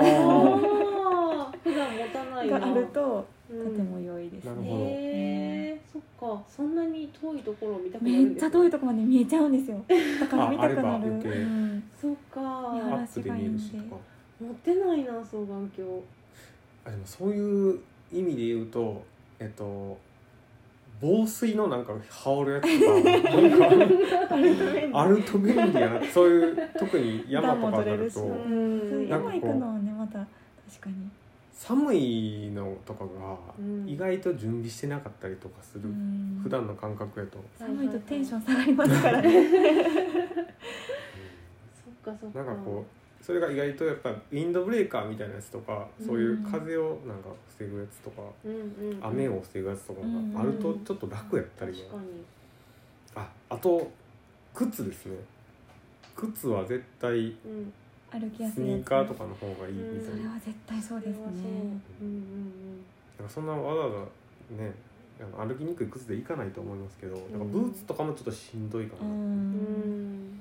Speaker 4: ね
Speaker 1: あー普段持たないな
Speaker 3: があると
Speaker 1: う
Speaker 3: と
Speaker 1: ん
Speaker 3: ても良いです
Speaker 4: なるほど
Speaker 3: ね。
Speaker 1: へえそっかそんなに遠いところを見たくなる
Speaker 3: め
Speaker 1: ん
Speaker 3: っ
Speaker 1: で
Speaker 3: ち
Speaker 1: す
Speaker 3: ゃ遠い
Speaker 1: と
Speaker 3: とこまで見えちゃうんですよ。 だから見たくな
Speaker 4: ああれば
Speaker 3: る。
Speaker 4: 余計
Speaker 3: うん
Speaker 1: そっか
Speaker 3: い
Speaker 4: あー
Speaker 3: や
Speaker 4: アップで見えるしと
Speaker 3: 話がいいんで
Speaker 4: か
Speaker 1: 持ってないな双眼鏡
Speaker 4: あでもそういう意味で言うとえっと防水のなんか羽織るやつとかなんか
Speaker 3: あれと便利
Speaker 4: あると便利やなそういう特に山とかになる
Speaker 1: う
Speaker 3: 暖も取れ
Speaker 4: と
Speaker 3: るし
Speaker 1: ん
Speaker 4: なん
Speaker 3: 山
Speaker 4: か
Speaker 3: 行くのはねまた確かに。
Speaker 4: 寒いのとかが
Speaker 1: うん
Speaker 4: 意外と準備してなかったりとかする、
Speaker 3: うん
Speaker 4: 普段の感覚やと、
Speaker 3: 寒いとテンション下がりますからね。
Speaker 1: そっかそっか
Speaker 4: なんかこうそれが意外とやっぱウィンドブレーカーみたいなやつとかそういう
Speaker 3: うん
Speaker 4: 風をなんか防ぐやつとか、
Speaker 1: う、んうん、
Speaker 4: 雨を防ぐやつとかがあるとちょっと楽やったり
Speaker 1: 確
Speaker 4: は
Speaker 1: かに
Speaker 4: ああと靴ですね靴は絶対
Speaker 1: うん
Speaker 3: 歩きや
Speaker 4: ス
Speaker 3: すいやつ。
Speaker 4: ニーカーとかの方がいいみた
Speaker 3: そ
Speaker 4: いな,、
Speaker 3: れは絶対そうです
Speaker 1: それはそう
Speaker 3: ね。
Speaker 1: うんうん
Speaker 4: なんかそんなわざわざねあの歩きにくい靴で行かないと思いますけど、なんかブーツとかもちょっとしんどいか
Speaker 3: う。
Speaker 4: な、
Speaker 1: うんん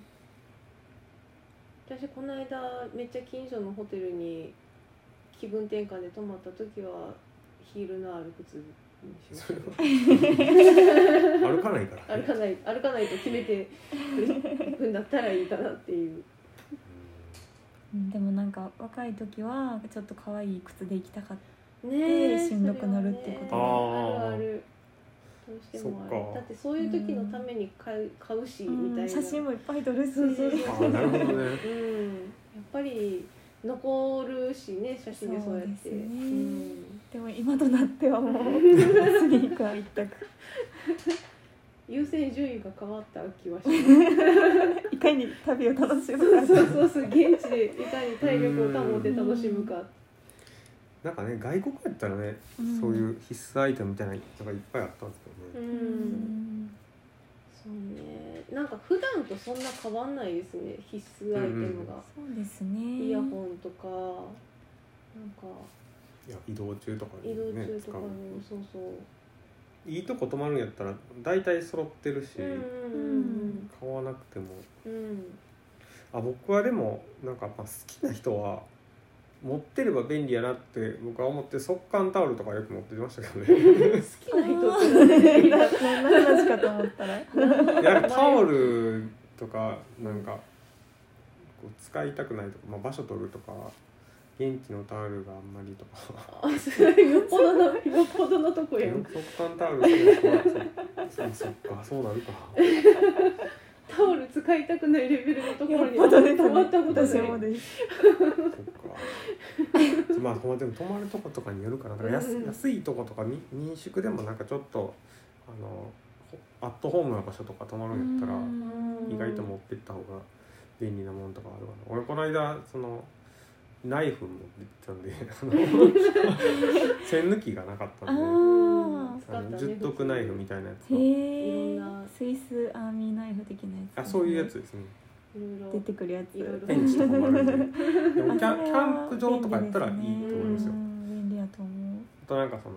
Speaker 1: 私この間めっちゃ近所のホテルに気分転換で泊まった時はヒールのある靴にしま
Speaker 4: それ
Speaker 1: し
Speaker 4: は歩かないから、
Speaker 1: た歩かない歩かないと決めていくんだったらいいかなっていう
Speaker 3: うんでもなんか若い時はちょっと可愛い靴で行きたかっ
Speaker 1: ねえ
Speaker 3: しんどくなるっていうこと。
Speaker 1: それはね
Speaker 4: あー
Speaker 1: あるあるどうしてもあ
Speaker 4: そっ
Speaker 1: る
Speaker 4: か
Speaker 1: だってそういう時のために買う買うしたみたいな
Speaker 3: 写真もいっぱい撮るし。
Speaker 1: そうそうそう
Speaker 4: あーなるほどね
Speaker 1: うん、やっぱり残るしね写真でそうやっ
Speaker 3: そ
Speaker 1: て
Speaker 3: うですね
Speaker 1: うん
Speaker 3: でも今となってはもうスニーカー一択。
Speaker 1: 優先順位が変わった気はします
Speaker 3: いかに旅を楽しむか。
Speaker 1: そうそうそう現地でいかに体力を保って楽しむか
Speaker 4: なんかね外国やったらね、
Speaker 3: うん
Speaker 4: そういう必須アイテムみたいなのがいっぱいあったんですけ
Speaker 1: う
Speaker 4: どね、
Speaker 1: ん、
Speaker 3: うん
Speaker 1: そうねなんか普段とそんな変わんないですね必須アイテムが、
Speaker 3: そうですね。
Speaker 1: イヤホンとかなんか
Speaker 4: いや移動中とか
Speaker 1: 移
Speaker 4: に
Speaker 1: 動
Speaker 4: ね
Speaker 1: 中と
Speaker 4: 使
Speaker 1: か
Speaker 4: う
Speaker 1: の、そうそう
Speaker 4: いいとこ泊まるんやったら大体揃ってるし、
Speaker 1: うんうん
Speaker 4: 買わなくても
Speaker 1: うんうん
Speaker 4: あ僕はでもなんかまあ好きな人は持ってれば便利やなって僕は思って速乾タオルとかよく持ってましたけど ね
Speaker 1: 好きな人って
Speaker 3: い
Speaker 1: 何
Speaker 3: やそんな話かと思ったら。
Speaker 4: いやタオルとかなんかこう使いたくないとか、まあ、場所取るとか現地のタオルがあんまりとか
Speaker 1: あそれよっぽどのよっぽどのとこやん
Speaker 4: 速乾タオルとかそうそうそっかそうなるか
Speaker 1: タオル使いたくないレベルのところに
Speaker 3: よっぽどね
Speaker 1: 泊まったことない
Speaker 3: 私もです。
Speaker 4: そっかまあほんまでも泊まるとことかによるかなだから安,、
Speaker 1: うん
Speaker 4: 安いとことかみ民宿でもなんかちょっとあのほアットホームな場所とか泊まるんやったら
Speaker 1: ん
Speaker 4: 意外と持ってった方が便利なもんとかあるかな俺この間そのナイフ持ってったんであの栓抜きがなかった
Speaker 3: あ
Speaker 4: んで
Speaker 1: うん
Speaker 3: あ
Speaker 4: あの十徳ナイフみたいなやつと
Speaker 3: ー。へ
Speaker 1: い
Speaker 3: え
Speaker 1: ろんな。
Speaker 3: スイスアーミーナイフ的なやつ。
Speaker 4: あそういうやつ。ですね
Speaker 1: いろい
Speaker 3: 出
Speaker 1: ろ
Speaker 3: てくるやつ。
Speaker 1: いろいろ
Speaker 4: ペンチとかもあるんででもキ
Speaker 3: あ
Speaker 4: ャ
Speaker 3: そ
Speaker 4: ン
Speaker 3: れ
Speaker 4: キ
Speaker 3: は
Speaker 4: ャンプ場とかやったらいいと思いますよ、
Speaker 1: う
Speaker 3: うん便利やと思
Speaker 4: あとなんかその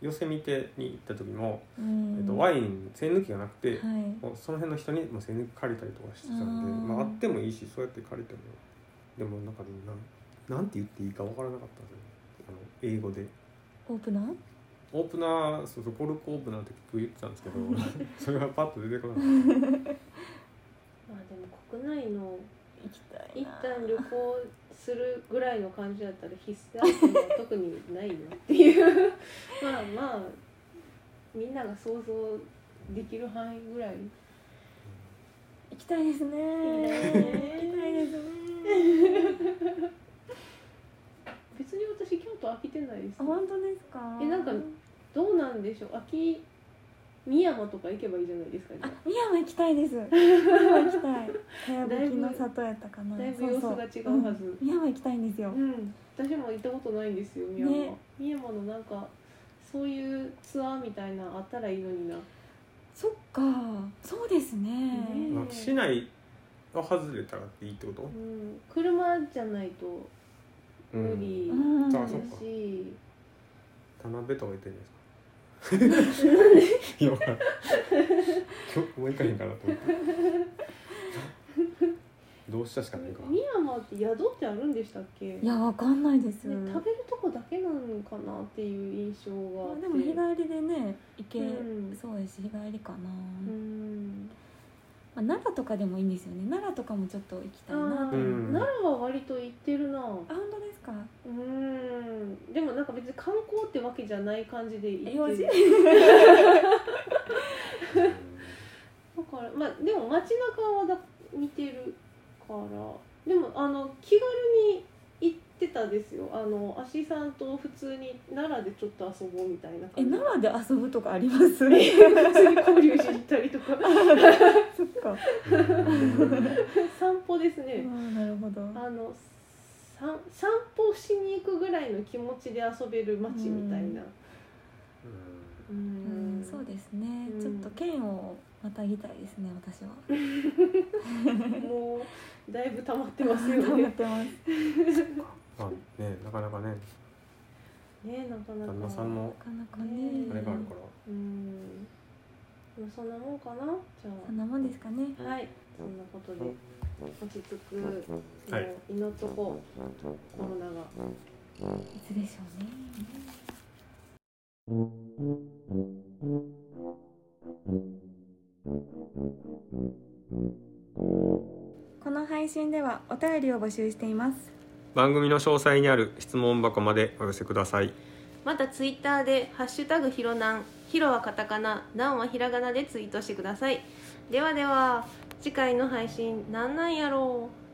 Speaker 4: 寄せ見てに行った時も、
Speaker 3: う。うん
Speaker 4: えっと、ワイン栓抜きがなくて、
Speaker 3: はい。
Speaker 4: もうその辺の人にもう栓抜き借りたりとかしてたんで
Speaker 3: あー
Speaker 4: まあ、あってもいいしそうやって借りてもでもなんかねなんなんて言っていいか分からなかったんですよあの英語で
Speaker 3: オープナー。
Speaker 4: オープナーそうそうコルクオープナーって結局言ってたんですけど それはパッと出てこなかっ
Speaker 1: まあでも国内の
Speaker 3: 行きたい
Speaker 1: 一
Speaker 3: な。
Speaker 1: 旦旅行するぐらいの感じだったら必須アイテムは特にないなっていう まあまあみんなが想像できる範囲ぐらい
Speaker 3: 行きたいですね。
Speaker 1: 行
Speaker 3: 行
Speaker 1: き
Speaker 3: き
Speaker 1: た
Speaker 3: た
Speaker 1: い
Speaker 3: い
Speaker 1: で
Speaker 3: ですすね。
Speaker 1: 別に私京都飽きてないです
Speaker 3: あ本当ですか。
Speaker 1: えなんかどうなんでしょう秋三山とか行けばいいじゃないですかね
Speaker 3: あ、宮山行きたいです。宮山行きたい。かやぶきの里やったかな。
Speaker 1: だいぶ
Speaker 3: そうそう
Speaker 1: 様子が違うはず
Speaker 3: ん宮山行きたいんですよ
Speaker 1: う。ん私も行ったことないんですよ三山、
Speaker 3: ね
Speaker 1: 三山のなんかそういうツアーみたいなのあったらいいのにな
Speaker 3: そっか。そうです
Speaker 4: た、
Speaker 1: ね
Speaker 3: ね。
Speaker 4: まあ、市内を外れたらっていいってこと
Speaker 1: うん、車じゃないと
Speaker 4: うん
Speaker 1: 無理
Speaker 3: あ
Speaker 4: あ
Speaker 1: だ
Speaker 4: そっか
Speaker 1: し、
Speaker 4: 田辺とか言ってんじゃないですかいや今日もう一回へんかなと思ってどうしたしかないか
Speaker 1: 深山って宿ってあるんでしたっけ、
Speaker 3: いやわかんないです、
Speaker 1: ね、食べるとこだけなのかなっていう印象があ
Speaker 3: ま
Speaker 1: っ
Speaker 3: あ
Speaker 1: て
Speaker 3: でも日帰りでね行け、
Speaker 1: うん
Speaker 3: そうです日帰りかな、
Speaker 1: うん
Speaker 3: まあ、奈良とかでもいいんですよね奈良とかもちょっと行きたいな
Speaker 1: あー、
Speaker 3: あ
Speaker 4: うん
Speaker 1: 奈良は割と行ってるな
Speaker 3: 本当ですか
Speaker 1: うんでもなんか別に観光ってわけじゃない感じで行ってる
Speaker 3: 用事
Speaker 1: だからまあでも街中はだ見てるからでもあの気軽に行ってたですよあの足さんと普通に奈良でちょっと遊ぼうみたいな
Speaker 3: え
Speaker 1: 感じ
Speaker 3: 奈良で遊ぶとかありますそっ
Speaker 1: 普通に 交流しに行ったりとか
Speaker 3: か
Speaker 4: うん
Speaker 1: 散歩です
Speaker 3: あ
Speaker 1: ね、
Speaker 3: ーなるほど
Speaker 1: あの散散歩しに行くぐらいの気持ちで遊べる街みたいなう
Speaker 3: うんそうですね、
Speaker 1: うん
Speaker 3: ちょっと県をまたぎたいですね私は
Speaker 1: もうだいぶ溜まってますよ
Speaker 3: 頑張っ
Speaker 1: ね
Speaker 3: てます
Speaker 4: まあねなかなかね
Speaker 1: ねなかなか
Speaker 4: 旦那さんの
Speaker 3: なかなかね
Speaker 4: あれがあるから
Speaker 1: うんまあそんなもんかなじゃ
Speaker 3: そんなもんですかね
Speaker 1: あはいそんなことで落ち着くのを
Speaker 4: はい
Speaker 1: 祈っとこう、コロナが。
Speaker 3: いつでしょうねこの配信ではお便りを募集しています
Speaker 2: 番組の詳細にある質問箱までお寄せください
Speaker 1: またツイッターで「ハッシュタグひろなん」「ひろはカタカナ」「なん」はひらがなでツイートしてくださいではでは次回の配信なんなんやろう